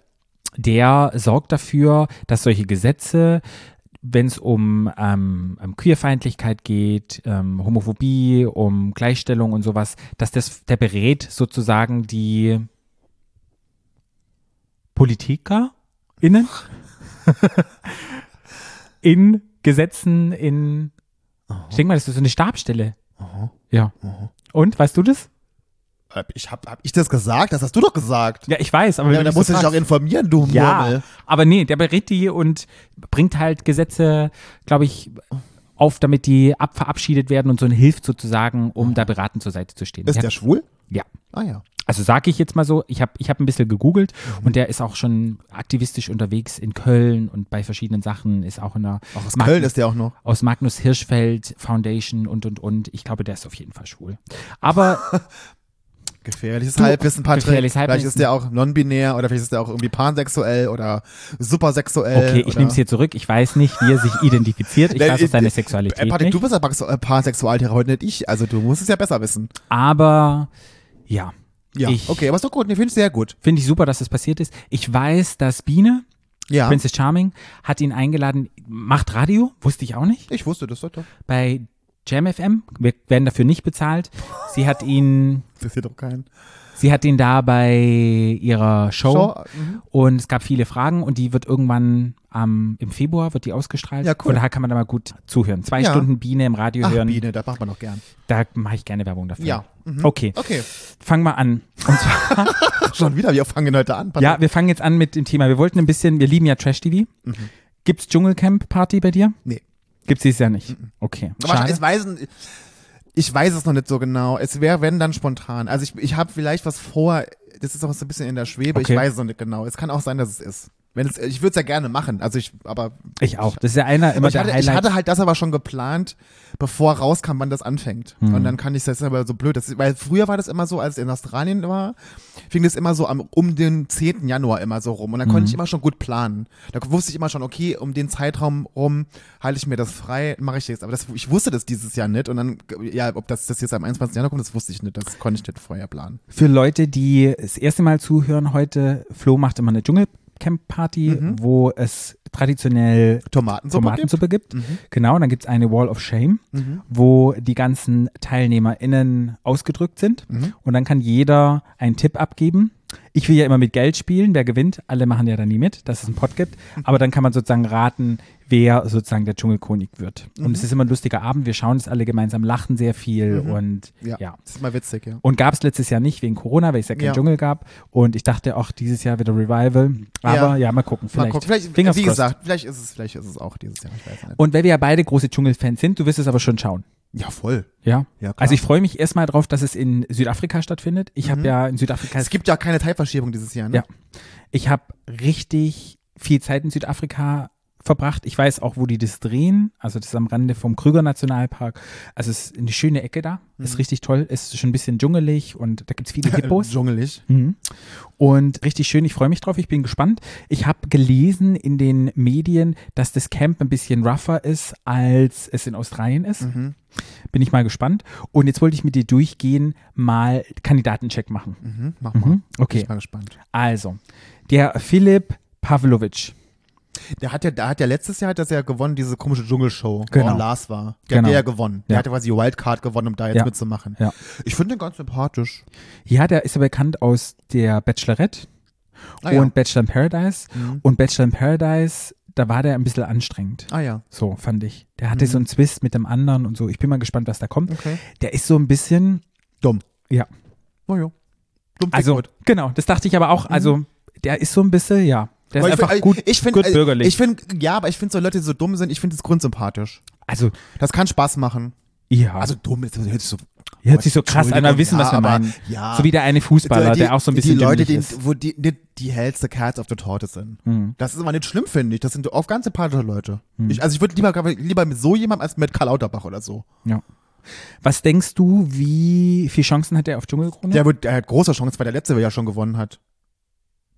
der sorgt dafür, dass solche Gesetze, wenn es um, ähm, um Queerfeindlichkeit geht, ähm, Homophobie, um Gleichstellung und sowas, dass das, der berät sozusagen <laughs> die PolitikerInnen in Gesetzen, in. Ich denke mal, das ist so eine Stabstelle. Ja. Und, weißt du das? Hab Ich hab, hab ich das gesagt? Das hast du doch gesagt. Ja, ich weiß, aber Ja, wenn da du musst so du dich auch fragst- informieren, du Ja, Murmel. aber nee, der berät die und bringt halt Gesetze, glaube ich, auf, damit die ab verabschiedet werden und so und hilft sozusagen, um da beraten zur Seite zu stehen. Ist ja. der schwul? ja. Ah ja. Also sage ich jetzt mal so, ich habe ich hab ein bisschen gegoogelt und der ist auch schon aktivistisch unterwegs in Köln und bei verschiedenen Sachen ist auch in der Auch aus Mag- Köln ist der auch noch. aus Magnus Hirschfeld Foundation und und und. Ich glaube, der ist auf jeden Fall schwul. <laughs> Aber Gefährliches Du, Halbwissen, Patrick. gefährliches Vielleicht Halbwissen. ist der auch non-binär oder vielleicht ist der auch irgendwie pansexuell oder supersexuell. okay, ich Äh, oder- nehme es hier zurück. Ich weiß nicht, wie er sich identifiziert. Ich Nein, weiß äh, auch seine äh, Sexualität Äh, Patrick, nicht. du bist ja Pax- äh, Pansexualtherapeut, nicht ich. Also du musst es ja besser wissen. Aber ja, Ja, Ich- okay, aber ist doch gut. Ich finde es sehr gut. finde ich super, dass das passiert ist. Ich weiß, dass Biene, Ja, Princess Charming, hat ihn eingeladen, macht Radio, wusste ich auch nicht, ich wusste das doch. doch. bei Jam FM. Wir werden dafür nicht bezahlt. Sie hat ihn, Das ist ja doch kein sie hat ihn da bei ihrer Show. Show. Mhm. Und es gab viele Fragen und die wird irgendwann am im Februar wird die ausgestrahlt. Ja, cool. Und da kann man da mal gut zuhören. Zwei Ja. Stunden Biene im Radio Ach, hören. Biene, das macht man doch gern. Da mache ich gerne Werbung dafür. Ja. Mhm. Okay, Okay, fang mal an. <laughs> schon wieder. Wir fangen heute an. Patrick. Ja, wir fangen jetzt an mit dem Thema. Wir wollten ein bisschen, wir lieben ja Trash-TV. Mhm. Gibt's Dschungelcamp-Party bei dir? Nee. Gibt's dieses Jahr nicht. Okay. Mhm. Aber Schade. ich weiß, ich weiß es noch nicht so genau. Es wäre, wenn, dann spontan. Also ich, ich habe vielleicht was vor. Das ist auch so ein bisschen in der Schwebe. Okay. Ich weiß es noch nicht genau. Es kann auch sein, dass es ist. Wenn es, ich würde es ja gerne machen. Also ich, aber Ich auch. Das ist ja einer immer ich hatte, der ich Highlight. hatte halt das aber schon geplant, bevor rauskam, wann das anfängt. Hm. Und dann kann ich das aber so blöd. Das, weil früher war das immer so, als ich in Australien war, fing das immer so am, um den 10. Januar immer so rum. Und dann Hm. konnte ich immer schon gut planen. Da wusste ich immer schon, okay, um den Zeitraum rum halte ich mir das frei, mache ich jetzt. Aber das, ich wusste das dieses Jahr nicht. Und dann, ja, ob das, das jetzt am 21. Januar kommt, das wusste ich nicht. Das konnte ich nicht vorher planen. Für Leute, die das erste Mal zuhören heute, Flo macht immer eine Dschungelcamp-Party, Mhm. wo es traditionell Tomatensuppe gibt? Tomatensuppe gibt. Mhm. Genau, und dann gibt's eine Wall of Shame, wo die ganzen TeilnehmerInnen ausgedrückt sind. Mhm. Und dann kann jeder einen Tipp abgeben. Ich will ja immer mit Geld spielen, wer gewinnt. Alle machen ja dann nie mit, dass es einen Pot gibt. Mhm. Aber dann kann man sozusagen raten, wer sozusagen der Dschungelkönig wird. Mhm. Und es ist immer ein lustiger Abend. Wir schauen es alle gemeinsam, lachen sehr viel und Ja. ja. Das ist mal witzig, ja. Und gab es letztes Jahr nicht wegen Corona, weil es ja keinen Ja. Dschungel gab. Und ich dachte auch dieses Jahr wieder Revival. Aber ja, Ja. mal gucken. Vielleicht. Mal gucken. Vielleicht, Fingers wie crossed. gesagt, vielleicht ist es, vielleicht ist es auch dieses Jahr. Ich weiß nicht. Und weil wir ja beide große Dschungelfans sind, du wirst es aber schon schauen. Ja, voll. Ja. Ja, klar. also ich freue mich erstmal drauf, dass es in Südafrika stattfindet. Ich Mhm. habe ja in Südafrika, Es gibt ja keine Teilverschiebung dieses Jahr, ne? Ja. ich habe richtig viel Zeit in Südafrika verbracht. Ich weiß auch, wo die das drehen. Also das ist am Rande vom Krüger Nationalpark. Also es ist eine schöne Ecke da. Mhm. Ist richtig toll. Ist schon ein bisschen dschungelig und da gibt es <laughs> viele Hippos. Äh, Dschungelig. Mhm. Und richtig schön, ich freue mich drauf, ich bin gespannt. Ich habe gelesen in den Medien, dass das Camp ein bisschen rougher ist, als es in Australien ist. Mhm. Bin ich mal gespannt. Und jetzt wollte ich mit dir durchgehen, mal Kandidatencheck machen. Mhm, mach mal. Bin Okay, ich mal gespannt. also, der Philipp Pavlovic. Der hat ja, der hat ja letztes Jahr hat das ja gewonnen, diese komische Dschungelshow, Genau. wo Lars war. Der Genau. hat ja gewonnen. Der Ja. hat ja quasi die Wildcard gewonnen, um da jetzt Ja. mitzumachen. Ja. Ich finde den ganz sympathisch. Ja, der ist ja bekannt aus der Bachelorette Ah ja. Mhm. und Bachelor in Paradise. Und Bachelor in Paradise, da war der ein bisschen anstrengend. Ah ja. So, fand ich. Der hatte so einen Twist mit dem anderen und so. Ich bin mal gespannt, was da kommt. Mhm. Okay. Der ist so ein bisschen, Dumm. ja. Na ja. Dumm Also, Dickmut. genau, das dachte ich aber auch. Also, der ist so ein bisschen, ja. Der ist Weil Mhm. ich einfach find- gut, ich find, gut äh, bürgerlich. Ich finde, ja, aber ich finde so Leute, die so dumm sind, ich finde es grundsympathisch. also, Das kann Spaß machen. ja. Also Also, dumm ist hört sich so. hört sich so krass an, aber Entschuldigung, wissen, was wir ja, aber- meinen. Ja. So wie der eine Fußballer, der auch so ein bisschen Die Leute, dümmlich die, ist. Mhm. wo die, die, die hellste Kerze auf der Torte sind. Das ist aber nicht schlimm, finde ich. Das sind oft ganz sympathische Leute. Ich, also ich würde lieber, lieber mit so jemandem als mit Karl Lauterbach oder so. Ja. Was denkst du, wie viele Chancen hat er auf Dschungelkrone? Der, wird, der hat große Chance, weil der letzte Jahr schon gewonnen hat.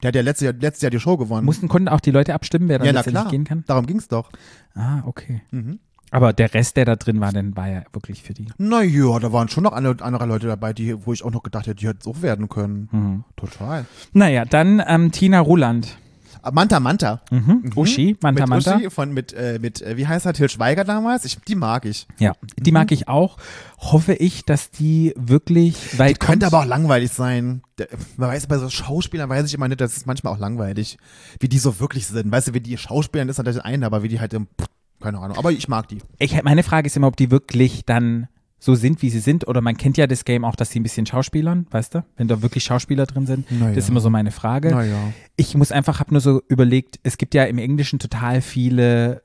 Der hat ja letztes Jahr, letztes Jahr die Show gewonnen. Mussten, konnten auch die Leute abstimmen, wer da ja, na letztendlich klar. gehen kann? Darum ging's doch. Ah, okay. Mhm. Aber der Rest, der da drin war, dann war ja wirklich für die. Naja, da waren schon noch andere, andere Leute dabei, die, wo ich Mhm. auch noch gedacht hätte, die hätten es auch werden können. Total. Naja, dann ähm, Tina Ruland. Äh, Manta Manta. Mhm. Uschi, Manta mit Manta. Uschi von, mit, äh, mit, äh, wie heißt er, Till Schweiger damals? Ich, die mag ich. Ja, die mag ich auch. Hoffe ich, dass die wirklich weit Könnte kommt. aber auch langweilig sein. Der- Man weiß, bei so Schauspielern weiß ich immer nicht, das ist manchmal auch langweilig, wie die so wirklich sind. Weißt du, wie die Schauspielern ist natürlich ein, aber wie die halt, im- pff, keine Ahnung, aber ich mag die. ich, meine Frage ist immer, ob die wirklich dann so sind, wie sie sind. Oder man kennt ja das Game auch, dass sie ein bisschen Schauspielern, weißt du? Wenn da wirklich Schauspieler drin sind. Na Das ist ja. immer so meine Frage. Naja. Ich muss einfach, habe nur so überlegt, es gibt ja im Englischen total viele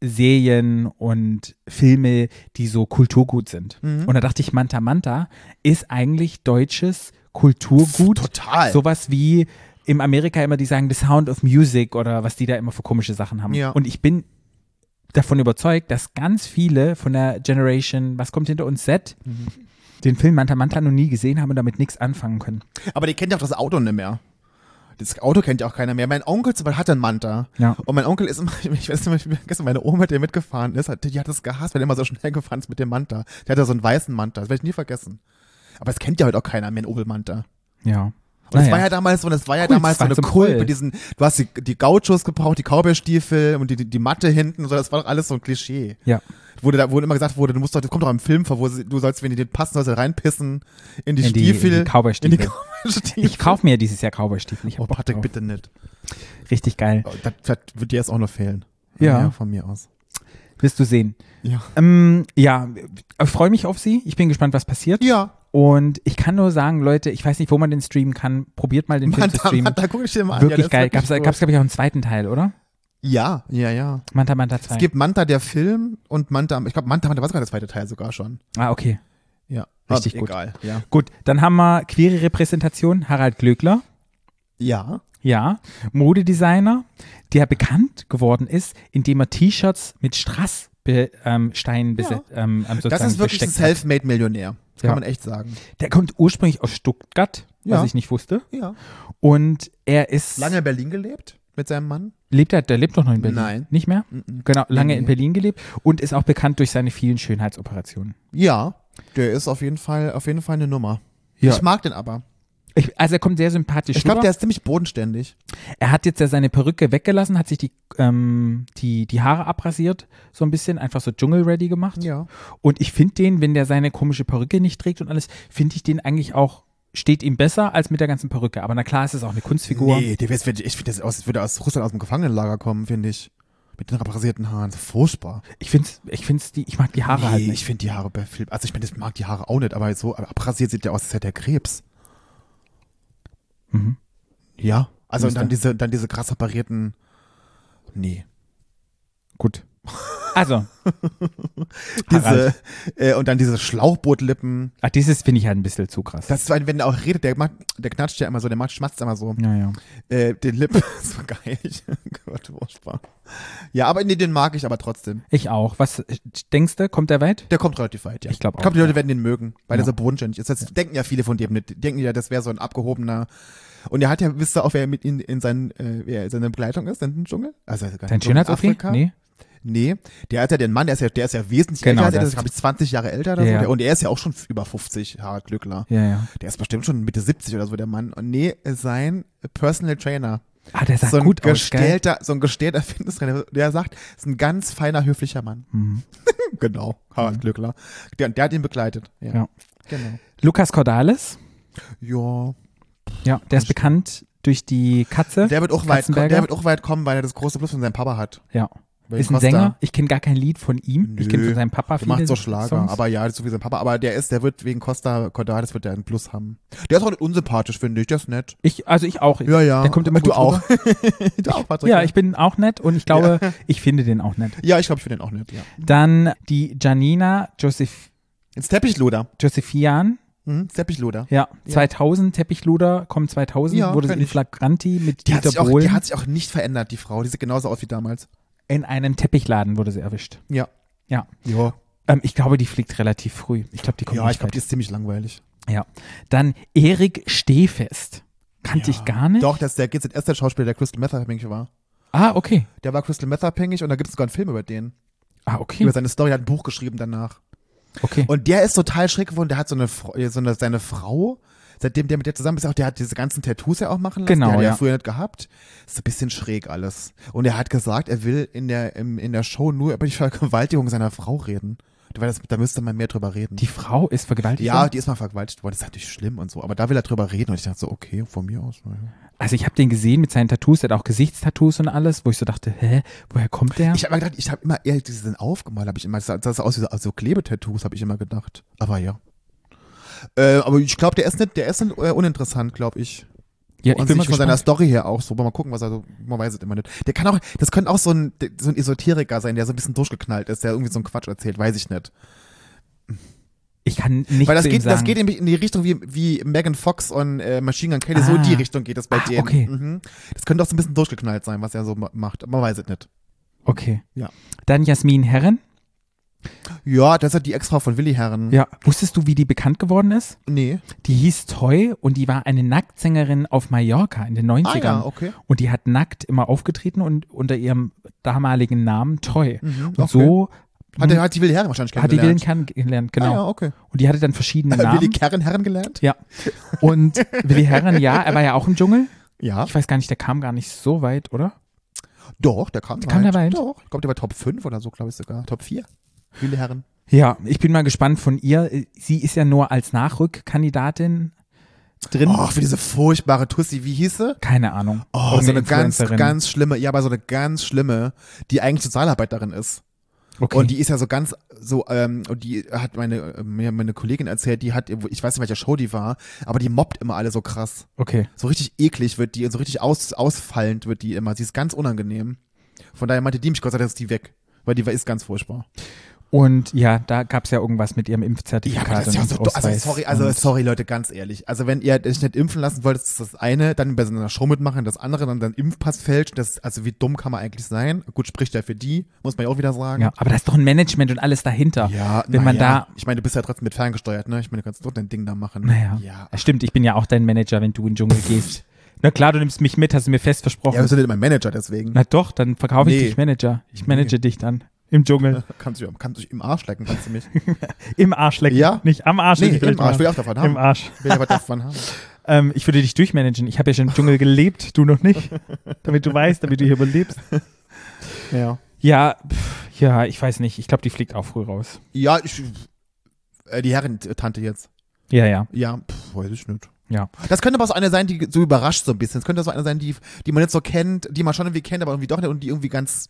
Serien und Filme, die so kulturgut sind. Mhm. Und da dachte ich, Manta Manta ist eigentlich deutsches Kulturgut. Total. Sowas wie im Amerika immer, die sagen The Sound of Music oder was die da immer für komische Sachen haben. Ja. Und ich bin davon überzeugt, dass ganz viele von der Generation, was kommt hinter uns, Z, Mhm. den Film Manta Manta noch nie gesehen haben und damit nichts anfangen können. Aber die kennt ja auch das Auto nicht mehr. Das Auto kennt ja auch keiner mehr. Mein Onkel zum Beispiel hat einen Manta. Ja. Und mein Onkel ist immer, <laughs> ich weiß nicht, mehr, gestern meine Oma, die mitgefahren ist, hat, die hat das gehasst, weil er immer so schnell gefahren ist mit dem Manta. Der hatte so einen weißen Manta, das werde ich nie vergessen. Aber es kennt ja heute auch keiner mehr, einen Opel-Manta. Ja. Und das war halt ja damals so, das war ja Cool, damals das so war eine zum Kult Kult. mit diesen, du hast die, die Gauchos gebraucht, die Cowboy-Stiefel und die, die, die Matte hinten, und so, das war doch alles so ein Klischee. ja. Wurde da, wurde immer gesagt wurde, du musst doch, das kommt doch im Film vor, wo sie, du sollst, wenn die den passen, sollst du reinpissen, in die In die- in die Stiefel. Cowboy-Stiefel. In die Cowboy-Stiefel. Ich kaufe mir dieses Jahr Cowboy-Stiefel. Ich hab Oh, Bock Patrick, drauf. bitte nicht. Richtig geil. Oh, Das, das wird dir jetzt auch noch fehlen. Ja. Von mir aus. Wirst du sehen. Ja. Ähm, ja, freue mich auf sie. Ich bin gespannt, was passiert. Ja. Und ich kann nur sagen, Leute, ich weiß nicht, wo man den streamen kann. Probiert mal den Film zu Manta, streamen. Manta, guck ich dir mal Wirklich an. Ah, Ja, das geil. ist wirklich Gab's, gab's, gut. glaube ich, auch einen zweiten Teil, oder? Ja, ja, ja. Manta Manta 2. Es gibt Manta der Film und Manta, ich glaube, Manta, Manta war sogar der zweite Teil sogar schon. ah, okay. Ja. Richtig Aber gut. Ah, Egal. Ja. Gut, dann haben wir queere Repräsentation, Harald Glöckler. Ja. Ja, Modedesigner, der bekannt geworden ist, indem er T-Shirts mit Strass be, ähm, Steinen beset, ähm, ähm, sozusagen Das ist wirklich das besteckt hat. Selfmade-Millionär. Das Ja. kann man echt sagen. Der kommt ursprünglich aus Stuttgart, Ja. was ich nicht wusste. Ja. Und er ist. Lange in Berlin gelebt mit seinem Mann. Lebt er, der lebt doch noch in Berlin. Nein. Mm, Nicht mehr? Genau, lange Nee. in Berlin gelebt und ist auch bekannt durch seine vielen Schönheitsoperationen. Ja. Der ist auf jeden Fall, auf jeden Fall eine Nummer. Ja. Ich mag den aber. Ich, also er kommt sehr sympathisch Ich glaube, rüber. der ist ziemlich bodenständig. Er hat jetzt ja seine Perücke weggelassen, hat sich die, ähm, die, die Haare abrasiert, so ein bisschen, einfach so Dschungel-ready gemacht. Ja. Und ich finde den, wenn der seine komische Perücke nicht trägt und alles, finde ich den eigentlich auch, steht ihm besser als mit der ganzen Perücke. Aber na klar, es ist auch eine Kunstfigur. Nee, der wär, ich finde, das aus, würde aus Russland aus dem Gefangenenlager kommen, finde ich. Mit den rasierten Haaren. Furchtbar. Ich finde ich find's die, ich mag die Haare halt Nee, nicht. ich finde die Haare bei Philipp. Also ich meine, ich mag die Haare auch nicht, aber so aber abrasiert sieht der aus, als hätte er Krebs. Mhm. Ja. Also und Mister. dann diese, dann diese krass apparierten. Nee. Gut. Also, <laughs> Diese, Harald. äh, und dann diese Schlauchbootlippen. ah, dieses finde ich halt ein bisschen zu krass. Das ist, ein- wenn er auch redet, der, macht, der knatscht ja immer so, der macht, schmatzt immer so. ja, ja. Äh, den Lippen. <laughs> so geil. Gott, furchtbar. Ja, aber nee, den mag ich aber trotzdem. Ich auch. Was äh, denkst du, kommt der weit? Der kommt relativ weit, ja. Ich glaub auch, Ich glaube, die ja. Leute werden den mögen, weil Ja. der so bodenständig ist. Das denken ja viele von dem nicht. Die Denken ja, das wäre so ein abgehobener. Und er hat ja, wisst ihr auch, wer mit ihm in seinen, äh, wer in seiner Begleitung ist, in den Dschungel? Also, er ist gar Dein nicht so in schönheits Afrika. Nee. Nee. Der hat ja den Mann, der ist ja, der ist ja wesentlich Genau, älter, als der er, der ist- ist, glaube ich, 20 Jahre älter oder Ja, so. ja. Der, und er ist ja auch schon über 50, Harald Glückler. Ja, ja. Der ist bestimmt schon Mitte 70 oder so, der Mann. Und nee, sein Personal Trainer. Ah, der sah So ein, gut aus, gell? gestellter, so ein gestellter <laughs> Fitnesstrainer, der sagt, ist ein ganz feiner, höflicher Mann. <laughs> Mhm. genau, Harald Glückler. Der, der hat ihn begleitet. Ja. Ja. Genau. Lukas Cordalis. Ja. Ja, der ist bekannt durch die Katze. Der wird, auch weit, kommen- Katzenberger. der wird auch weit kommen, weil er das große Plus von seinem Papa hat. ja. Weil Ist ein Costa- Sänger. Ich kenne gar kein Lied von ihm. Ich kenne Nö. von seinem Papa Der viele macht so Schlager, Songs. aber ja, so wie sein Papa. Aber der ist, der wird wegen Costa Cordalis wird der einen Plus haben. Der ist auch nicht unsympathisch, finde ich. Der ist nett. ich, also ich auch. Ja, ja. Der kommt immer du gut auch. rüber. du auch, <laughs> Patrick. Ja, ich bin auch nett und ich glaube, ich finde den auch nett. ja, ich glaube, ich finde den auch nett. Ja. Dann die Janina Josef, Ins Teppichluder. Josefian. Hm? ins Teppichluder. Ja, 2000, Teppichluder, kommt 2000, Ja, wurde sie kenn in ich. Flagranti mit Die hat, Dieter sich auch, Bohlen. die hat sich auch nicht verändert, die Frau. Die sieht genauso aus wie damals. in einem Teppichladen wurde sie erwischt. Ja. Ja. Ja, Ähm, ich glaube, die fliegt relativ früh. Ich glaube, die kommt ja ich nicht glaube, die weit. ist ziemlich langweilig. Ja. Dann Erik Stehfest. Kannte ich gar nicht. Doch, das ist der GZS, der Schauspieler, der Crystal Meth abhängig war. Ah, okay. Der war Crystal Meth abhängig und da gibt es sogar einen Film über den. Ah, okay. Über seine Story, der hat ein Buch geschrieben danach. Okay. Und der ist total schräg geworden. Der hat so eine, Fr- äh, so eine seine Frau, seitdem der mit der zusammen ist, auch der hat diese ganzen Tattoos ja auch machen lassen. Genau, die hat er ja. früher nicht gehabt. Ist ein bisschen schräg alles. Und er hat gesagt, er will in der, im, in der Show nur über die Vergewaltigung seiner Frau reden. Weil das, da müsste man mehr drüber reden. Die Frau ist vergewaltigt ja, worden? die ist mal vergewaltigt worden. Das ist natürlich schlimm und so. Aber da will er drüber reden. Und ich dachte so, okay, von mir aus. na ja. Also ich habe den gesehen mit seinen Tattoos, der hat auch Gesichtstattoos und alles, wo ich so dachte, hä, woher kommt der? Ich habe gedacht, ich habe immer eher diesen aufgemalt, habe ich immer, das sah aus wie so also Klebetattoos, habe ich immer gedacht. Aber ja. Äh, aber ich glaube, der ist nicht, der ist nicht äh, uninteressant, glaube ich. ja, Und sich von seiner Story her auch so. Aber mal gucken, was er so, man weiß es immer nicht. Der kann auch, das könnte auch so ein, so ein Esoteriker sein, der so ein bisschen durchgeknallt ist, der irgendwie so einen Quatsch erzählt, weiß ich nicht. Ich kann nicht Weil das zu ihm geht, sagen. das geht nämlich in die Richtung wie, wie Megan Fox und äh, Machine Gun Kelly, so Ah. in die Richtung geht das bei Ah, dem. okay. Mhm. Das könnte auch so ein bisschen durchgeknallt sein, was er so ma- macht. Man weiß es nicht. Okay. Ja. Dann Jasmin Herren. Ja, das hat die Ex-Frau von Willi Herren. Ja. Wusstest du, wie die bekannt geworden ist? Nee. Die hieß Toy und die war eine Nacktsängerin auf Mallorca in den 90ern. Ah ja, okay. Und die hat nackt immer aufgetreten und unter ihrem damaligen Namen Toy. und Mhm. okay. so hm. Hat, er- hat die Willi Herren wahrscheinlich hat die kennengelernt. Willen kennengelernt, genau. Ah, ja, okay. Und die hatte dann verschiedene <laughs> Willi Namen. Kern Herren gelernt? Ja. <laughs> Und Willi Herren, ja, er war ja auch im Dschungel. Ja. Ich weiß gar nicht, der kam gar nicht so weit, oder? Doch, der kam kam weit. der weit? Doch, ich glaube, der war Top 5 oder so, glaube ich sogar. Top 4. Willi Herren. Ja, ich bin mal gespannt von ihr. Sie ist ja nur als Nachrückkandidatin drin. Oh, für diese furchtbare Tussi, wie hieß sie? Keine Ahnung. Oh, so eine ganz, ganz schlimme, ja, aber so eine ganz schlimme, die eigentlich Sozialarbeiterin ist. Okay. Und die ist ja so ganz, so, ähm, und die hat meine, äh, mir meine Kollegin erzählt, die hat, ich weiß nicht, welcher Show die war, aber die mobbt immer alle so krass. okay. so richtig eklig wird die und so richtig aus, ausfallend wird die immer. Sie ist ganz unangenehm. Von daher meinte die mich Gott sei Dank ist die weg. Weil die war- ist ganz furchtbar. Und ja, da gab's ja irgendwas mit ihrem Impfzertifikat. und du- also Ausweis sorry, also und- sorry Leute, ganz ehrlich. Also wenn ihr euch nicht impfen lassen wollt, das ist das eine, dann bei so einer Show mitmachen, das andere, dann dein Impfpass fälscht. Das, also wie dumm kann man eigentlich sein? Gut, spricht ja für die, muss man ja auch wieder sagen. Ja, aber da ist doch ein Management und alles dahinter. Ja, Wenn man naja. da. Ich meine, du bist ja trotzdem mit ferngesteuert, ne? Ich meine, du kannst doch dein Ding da machen. Naja. Ja, Stimmt, ich bin ja auch dein Manager, wenn du in den Dschungel gehst. Na klar, du nimmst mich mit, hast du mir fest versprochen. ja bist du nicht mein Manager deswegen. Na doch, dann verkaufe ich Nee. dich Manager. Ich manage dich dann. Im <laughs> Dschungel. <laughs> Kannst du kannst du dich im Arsch lecken, <laughs> kannst du mich. Im Arsch lecken. Ja? Nicht am Arsch. Nee, hätte ich im vielleicht Arsch, will ich gemacht. auch davon haben. Im Arsch. Will ich <laughs> aber davon haben. Ähm, ich würde dich durchmanagen. Ich habe ja schon im Dschungel gelebt, du noch nicht. Damit du weißt, damit du hier überlebst. <laughs> Ja. Ja, pff, ja, ich weiß nicht. Ich glaube, die fliegt auch früh raus. Ja, ich, äh, die Herrentante jetzt. Ja, ja, Ja, pf, weiß ich nicht. ja. Das könnte aber so eine sein, die so überrascht so ein bisschen. Das könnte so eine sein, die, die man nicht so kennt, die man schon irgendwie kennt, aber irgendwie doch nicht und die irgendwie ganz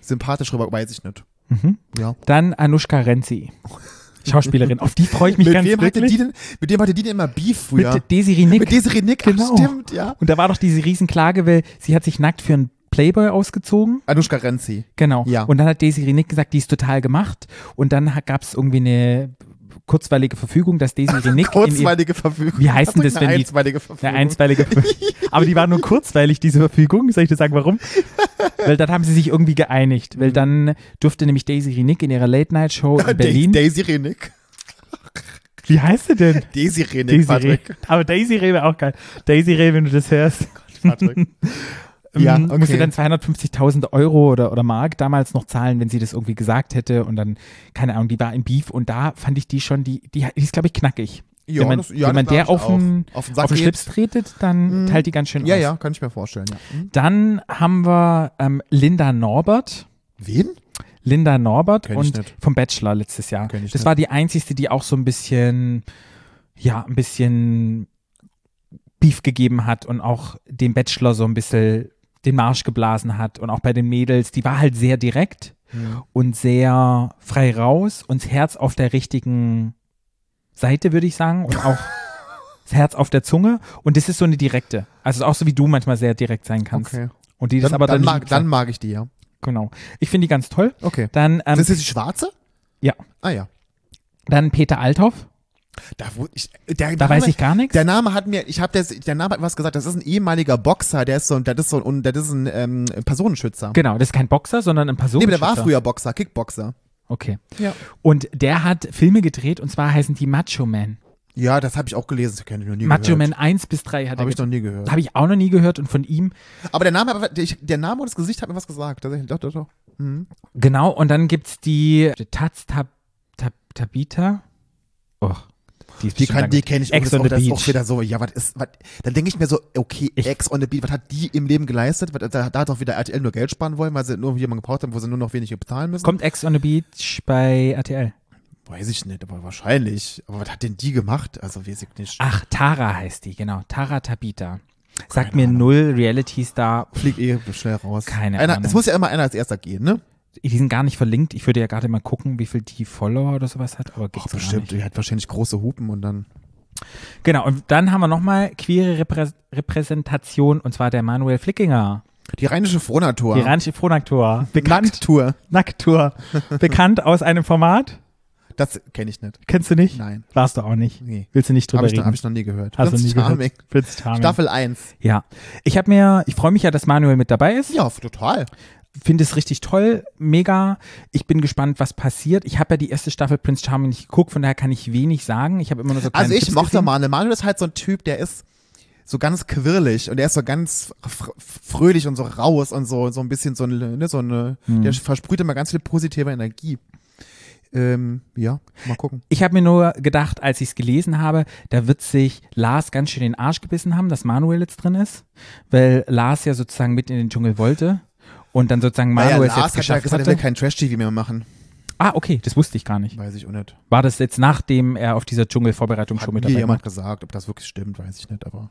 sympathisch rüber, weiß ich nicht. Mhm. Ja. Dann Anushka Renzi. Schauspielerin. Auf die freue ich mich Mit ganz wem, hatte wirklich. die denn, mit wem hatte die denn immer Beef früher? Mit Desiree Nick. Mit Desiree Nick, Genau. Ach, stimmt, ja. Und da war doch diese Riesenklage, weil sie hat sich nackt für einen Playboy ausgezogen. Anushka Renzi. Genau. Ja. Und dann hat Desiree Nick gesagt, die ist total gemacht. Und dann gab es irgendwie eine kurzweilige Verfügung, dass <laughs> Desiree Nick in ihr, Kurzweilige Verfügung. Wie heißt denn das, Hast du wenn eine die- einstweilige Verfügung? <laughs> Eine <laughs> einstweilige Verfügung. Aber die war nur kurzweilig, diese Verfügung. Soll ich dir sagen, <laughs> warum? Weil dann haben sie sich irgendwie geeinigt. Mhm. Weil dann durfte nämlich Daisy Renick in ihrer <laughs> Late-Night-Show in Berlin. Desiree Nick. Wie heißt sie denn? Desiree Nick, Daisy Re. Patrick. Aber Daisy Re wäre auch geil. Daisy Re, wenn du das hörst. <laughs> Patrick. ja, Ähm, Musste okay. dann 250.000 Euro oder, oder Mark damals noch zahlen, wenn sie das irgendwie gesagt hätte. Und dann, keine Ahnung, die war in Beef. Und da fand ich die schon, die, die, die ist, glaube ich, knackig. Ja, wenn man, das- ja, wenn man das der glaub ich auf den, auch. auf Auf den, den Sack geht. Schlips tretet, dann teilt die ganz schön Mhm. Ja, aus. ja, kann ich mir vorstellen, ja. Hm. Dann haben wir ähm, Linda Norbert. Wen? Linda Norbert Kenn ich und nicht. vom Bachelor letztes Jahr. Kenn ich Das nicht. war die einzigste, die auch so ein bisschen, ja, ein bisschen Beef gegeben hat und auch dem Bachelor so ein bisschen den Marsch geblasen hat und auch bei den Mädels, die war halt sehr direkt und sehr frei raus und das Herz auf der richtigen Seite, würde ich sagen, und <laughs> auch das Herz auf der Zunge und das ist so eine direkte. Also auch so wie du manchmal sehr direkt sein kannst. Okay. Und die das Dann, aber dann, dann, mag, lieb dann sagt. mag ich die, ja. genau. Ich finde die ganz toll. Okay. Dann ähm, das ist die schwarze? ja. Ah ja. Dann Peter Althoff, Da, wo ich, der da Name, weiß ich gar nichts. Der Name hat mir, ich habe das, der Name hat was gesagt, das ist ein ehemaliger Boxer, der ist so ein, das ist so ein, das ist ein ähm, Personenschützer. Genau, das ist kein Boxer, sondern ein Nee, aber Personenschützer. der war früher Boxer, Kickboxer. Okay. Ja. Und der hat Filme gedreht und zwar heißen die Macho Man. Ja, das habe ich auch gelesen, das kenne ich noch nie Macho gehört. Man 1 bis 3 hat Habe er ich noch nie gehört. Habe ich auch noch nie gehört und von ihm. Aber der Name, aber der, ich- der Name und das Gesicht hat mir was gesagt. Tatsächlich, Doch, doch, doch. Genau, und dann gibt's die Taz Tab, Tab, Tabita. Och, Die ist Die, bestimmt kann- die kenne ich Ex übrigens on the auch, das ist Beach. auch wieder so, ja, was ist, was, dann denke ich mir so, okay, Ich- Ex on the Beach, was hat die im Leben geleistet? Was, da, da hat doch wieder RTL nur Geld sparen wollen, weil sie nur jemanden gebraucht haben, wo sie nur noch wenige bezahlen müssen. Kommt Ex on the Beach bei RTL. Weiß ich nicht, aber wahrscheinlich. Aber was hat denn die gemacht? Also weiß ich nicht. Ach, Tara heißt die, genau. Tara Tabita. Sagt Keine mir Ahnung. null Reality Star. Flieg eh schnell raus. Keine einer, Ahnung. Es muss ja immer einer als erster gehen, ne? Die sind gar nicht verlinkt. Ich würde ja gerade mal gucken, wie viel die Follower oder sowas hat, aber Ach, geht's gar bestimmt. nicht. Die hat wahrscheinlich große Hupen und dann. Genau, und dann haben wir nochmal queere Reprä Repräsentation und zwar der Manuel Flickinger. Die rheinische Frohnatur. Die rheinische <laughs> Fronaktor. Bekannt. Nacktour. <laughs> Nacktour. Bekannt aus einem Format. Das kenne ich nicht. Kennst du nicht? Nein. Warst du auch nicht. Nee. Willst du nicht drüber Habe ich, noch- reden? hab ich noch nie gehört. Hast du Prinz nie Charming. gehört? Fritz Charming. Staffel 1. Ja. Ich habe mir, ich freue mich ja, dass Manuel mit dabei ist. Ja, total. Finde es richtig toll, mega. Ich bin gespannt, was passiert. Ich habe ja die erste Staffel Prince Charming nicht geguckt, von daher kann ich wenig sagen. Ich habe immer nur so kleine Also ich Tipps mochte gesehen. Manuel. Manuel ist halt so ein Typ, der ist so ganz quirlig und der ist so ganz fr fröhlich und so raus und so so ein bisschen so eine, ne, so eine Hm. der versprüht immer ganz viel positive Energie. Ähm, ja, mal gucken. Ich habe mir nur gedacht, als ich es gelesen habe, da wird sich Lars ganz schön den Arsch gebissen haben, dass Manuel jetzt drin ist, weil Lars ja sozusagen mit in den Dschungel wollte und dann sozusagen Manuel es jetzt Lars hat ja geschafft gesagt, er will hatte. kein Trash-TV mehr machen. Ah, okay, das wusste ich gar nicht. Weiß ich auch nicht. War das jetzt nachdem er auf dieser Dschungelvorbereitung Hat schon mir mit dabei war? jemand gesagt, ob das wirklich stimmt, weiß ich nicht, aber.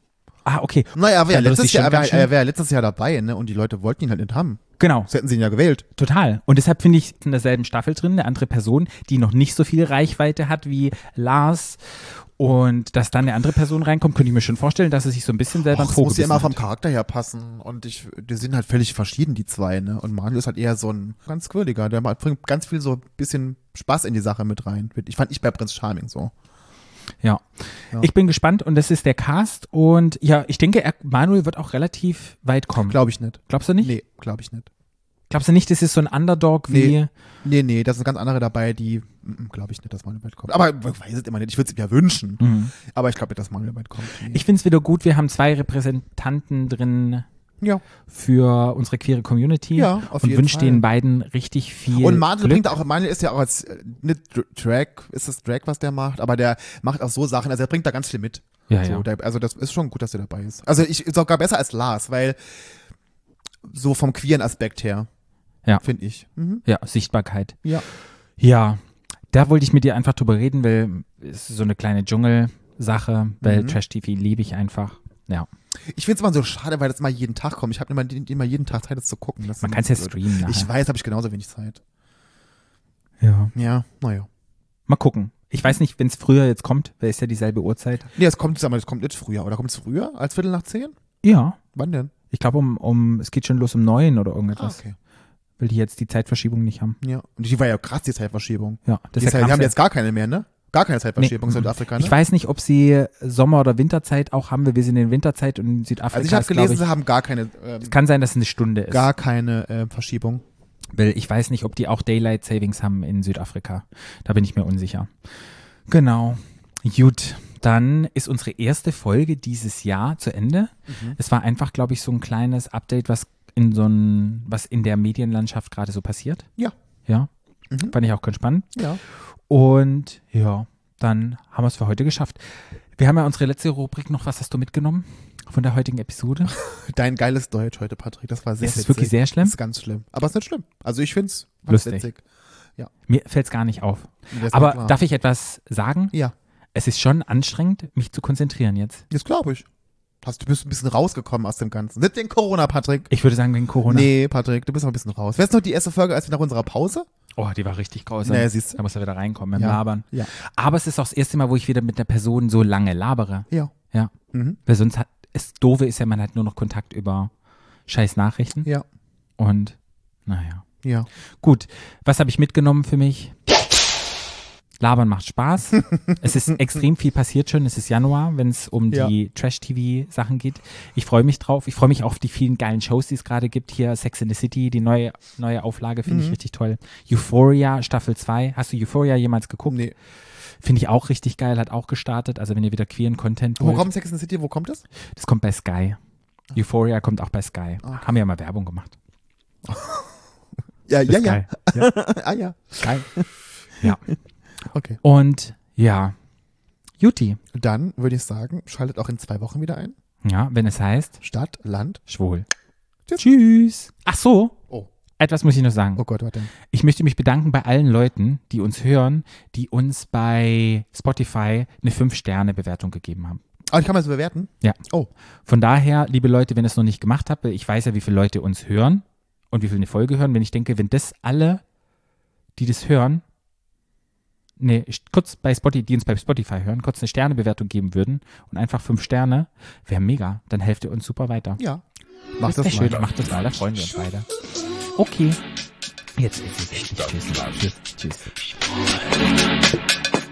Ah, okay, Naja, er wär Ja, das letztes ist die Jahr, er wär, Stimmung er wär letztes Jahr dabei, ne? Und die Leute wollten ihn halt nicht haben. genau, Sie hätten sie ihn ja gewählt. total. Und deshalb finde ich in derselben Staffel drin eine andere Person, die noch nicht so viel Reichweite hat wie Lars. Und dass dann eine andere Person reinkommt, könnte ich mir schon vorstellen, dass es sich so ein bisschen selber Ach, am es Po muss ja gebissen immer vom hat. Charakter her passen. Und ich, die sind halt völlig verschieden, die zwei, ne? Und Manuel ist halt eher so ein ganz quirliger, der macht- bringt ganz viel so ein bisschen Spaß in die Sache mit rein. Ich fand ich bei Prinz Charming so. Ja. Ja. Ich bin gespannt und das ist der Cast. Und ja, ich denke, er, Manuel wird auch relativ weit kommen. Glaube ich nicht. Glaubst du Hm. nicht? Nee, glaube ich nicht. Glaubst du nicht, das ist so ein Underdog wie. Nee. Nee, nee, da sind ganz andere dabei, die, glaube ich nicht, dass Manuel weit kommt. Aber ich weiß es immer nicht, ich würde es ihm ja wünschen. Aber ich glaube nicht, dass Manuel weit kommt. Nee. Mhm. Ich finde es wieder gut, wir haben zwei Repräsentanten drin ja. für unsere queere Community Ja, auf und jeden wünsche Fall. den beiden richtig viel. Und Manuel Glück. bringt auch, Manuel ist ja auch als, äh, nicht Dr- Drag, ist das Drag, was der macht, aber der macht auch so Sachen, also er bringt da ganz viel mit. Ja, so, ja. Der, also das ist schon gut, dass er dabei ist. Also ich sogar besser als Lars, weil so vom queeren Aspekt her, Ja. finde ich. Mhm. ja, Sichtbarkeit. Ja. Ja, da wollte ich mit dir einfach drüber reden, weil es ist so eine kleine Dschungel-Sache, weil Mhm. Trash-TV liebe ich einfach. Ja, Ich finde es immer so schade, weil das mal jeden Tag kommt. Ich habe immer, immer jeden Tag Zeit, das zu gucken. Das ist man immer kann es ja blöd. streamen. Ich nachher. weiß, habe ich genauso wenig Zeit. ja. Ja, naja. Mal gucken. Ich weiß nicht, wenn es früher jetzt kommt, weil es ja dieselbe Uhrzeit. Nee, es kommt, sag mal, es kommt nicht früher. Oder kommt es früher als Viertel nach zehn? Ja. Wann denn? Ah, Ich glaube, um, um, es geht schon los um neun oder irgendetwas. okay. Will die jetzt die Zeitverschiebung nicht haben. Ja. Und die war ja krass, die Zeitverschiebung. Ja, Die Zeit, kam's die haben ja. jetzt gar keine mehr, ne? Gar keine Zeitverschiebung in Nee. Südafrika, ne? Ich weiß nicht, ob sie Sommer- oder Winterzeit auch haben, weil wir sind in Winterzeit und in Südafrika. also ich habe ist, glaub gelesen, sie haben gar keine, es ähm, kann sein, dass es eine Stunde ist. gar keine äh, Verschiebung. Weil ich weiß nicht, ob die auch Daylight Savings haben in Südafrika. Da bin ich mir unsicher. Genau. Gut. Dann ist unsere erste Folge dieses Jahr zu Ende. Mhm. Es war einfach, glaube ich, so ein kleines Update, was in so ein, was in der Medienlandschaft gerade so passiert. Ja. Ja. Mhm. Fand ich auch ganz spannend. Ja. Und ja, dann haben wir es für heute geschafft. Wir haben ja unsere letzte Rubrik noch. Was hast du mitgenommen von der heutigen Episode? Dein geiles Deutsch heute, Patrick. Das war sehr Ist es witzig. wirklich sehr schlimm? Ist ganz schlimm. Aber es ist nicht schlimm. Also ich find's ganz Lustig. witzig. Mir fällt es gar nicht auf. Das war Aber klar. darf ich etwas sagen? ja, Es ist schon anstrengend, mich zu konzentrieren jetzt. das glaube ich. Hast, du bist ein bisschen rausgekommen aus dem Ganzen. Nicht wegen Corona, Patrick. Ich würde sagen, wegen Corona. Nee, Patrick, du bist noch ein bisschen raus. Wär's noch die erste Folge, als wir nach unserer Pause? Oh, die war richtig grausam. Naja, siehst du. Da muss er wieder reinkommen mit dem Ja. Labern. Ja. Aber es ist auch das erste Mal, wo ich wieder mit einer Person so lange labere. Ja. Ja. Mhm. Weil sonst hat, das Doofe ist ja, man hat nur noch Kontakt über scheiß Nachrichten. Ja. Und, naja. Ja. Gut, was habe ich mitgenommen für mich? Labern macht <laughs> Spaß. es ist extrem viel passiert schon. Es ist Januar, wenn es um Ja. die Trash-TV-Sachen geht. Ich freue mich drauf. Ich freue mich auf die vielen geilen Shows, die es gerade gibt. Hier Sex in the City, die neue, neue Auflage finde Mhm. ich richtig toll. Euphoria Staffel 2. Hast du Euphoria jemals geguckt? Oh, Nee. Finde ich auch richtig geil. Hat auch gestartet. Also wenn ihr wieder queeren Content Wo wollt, kommt Ah. Sex in the City? Wo kommt das? das kommt bei Sky. Euphoria kommt auch bei Sky. Ah. Haben wir ja mal Werbung gemacht. Ja, Bei ja, ja. Sky. ja. <laughs> Ah ja. Sky. ja. Okay. Und ja, Juti. Dann würde ich sagen, schaltet auch in zwei Wochen wieder ein. Ja, wenn es heißt, Stadt, Land. schwul. Tschüss. Tschüss. Ach so, Oh, etwas muss ich noch sagen. oh Gott, warte. Ich möchte mich bedanken bei allen Leuten, die uns hören, die uns bei Spotify eine 5-Sterne-Bewertung gegeben haben. Aber ich kann man es bewerten? Ja. Oh. Von daher, liebe Leute, wenn ihr es noch nicht gemacht habt, ich weiß ja, wie viele Leute uns hören und wie viele eine Folge hören. Wenn ich denke, wenn das alle, die das hören, nee, st- kurz bei Spotify, die uns bei Spotify hören, kurz eine Sternebewertung geben würden und einfach fünf Sterne, wäre mega. Dann helft ihr uns super weiter. Ja. Mach das das schön, mal. macht das mal, da freuen wir uns beide. Okay. Jetzt ist es. Tschüss, tschüss, tschüss.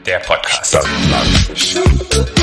Der Podcast. Stadt, Land, Stadt.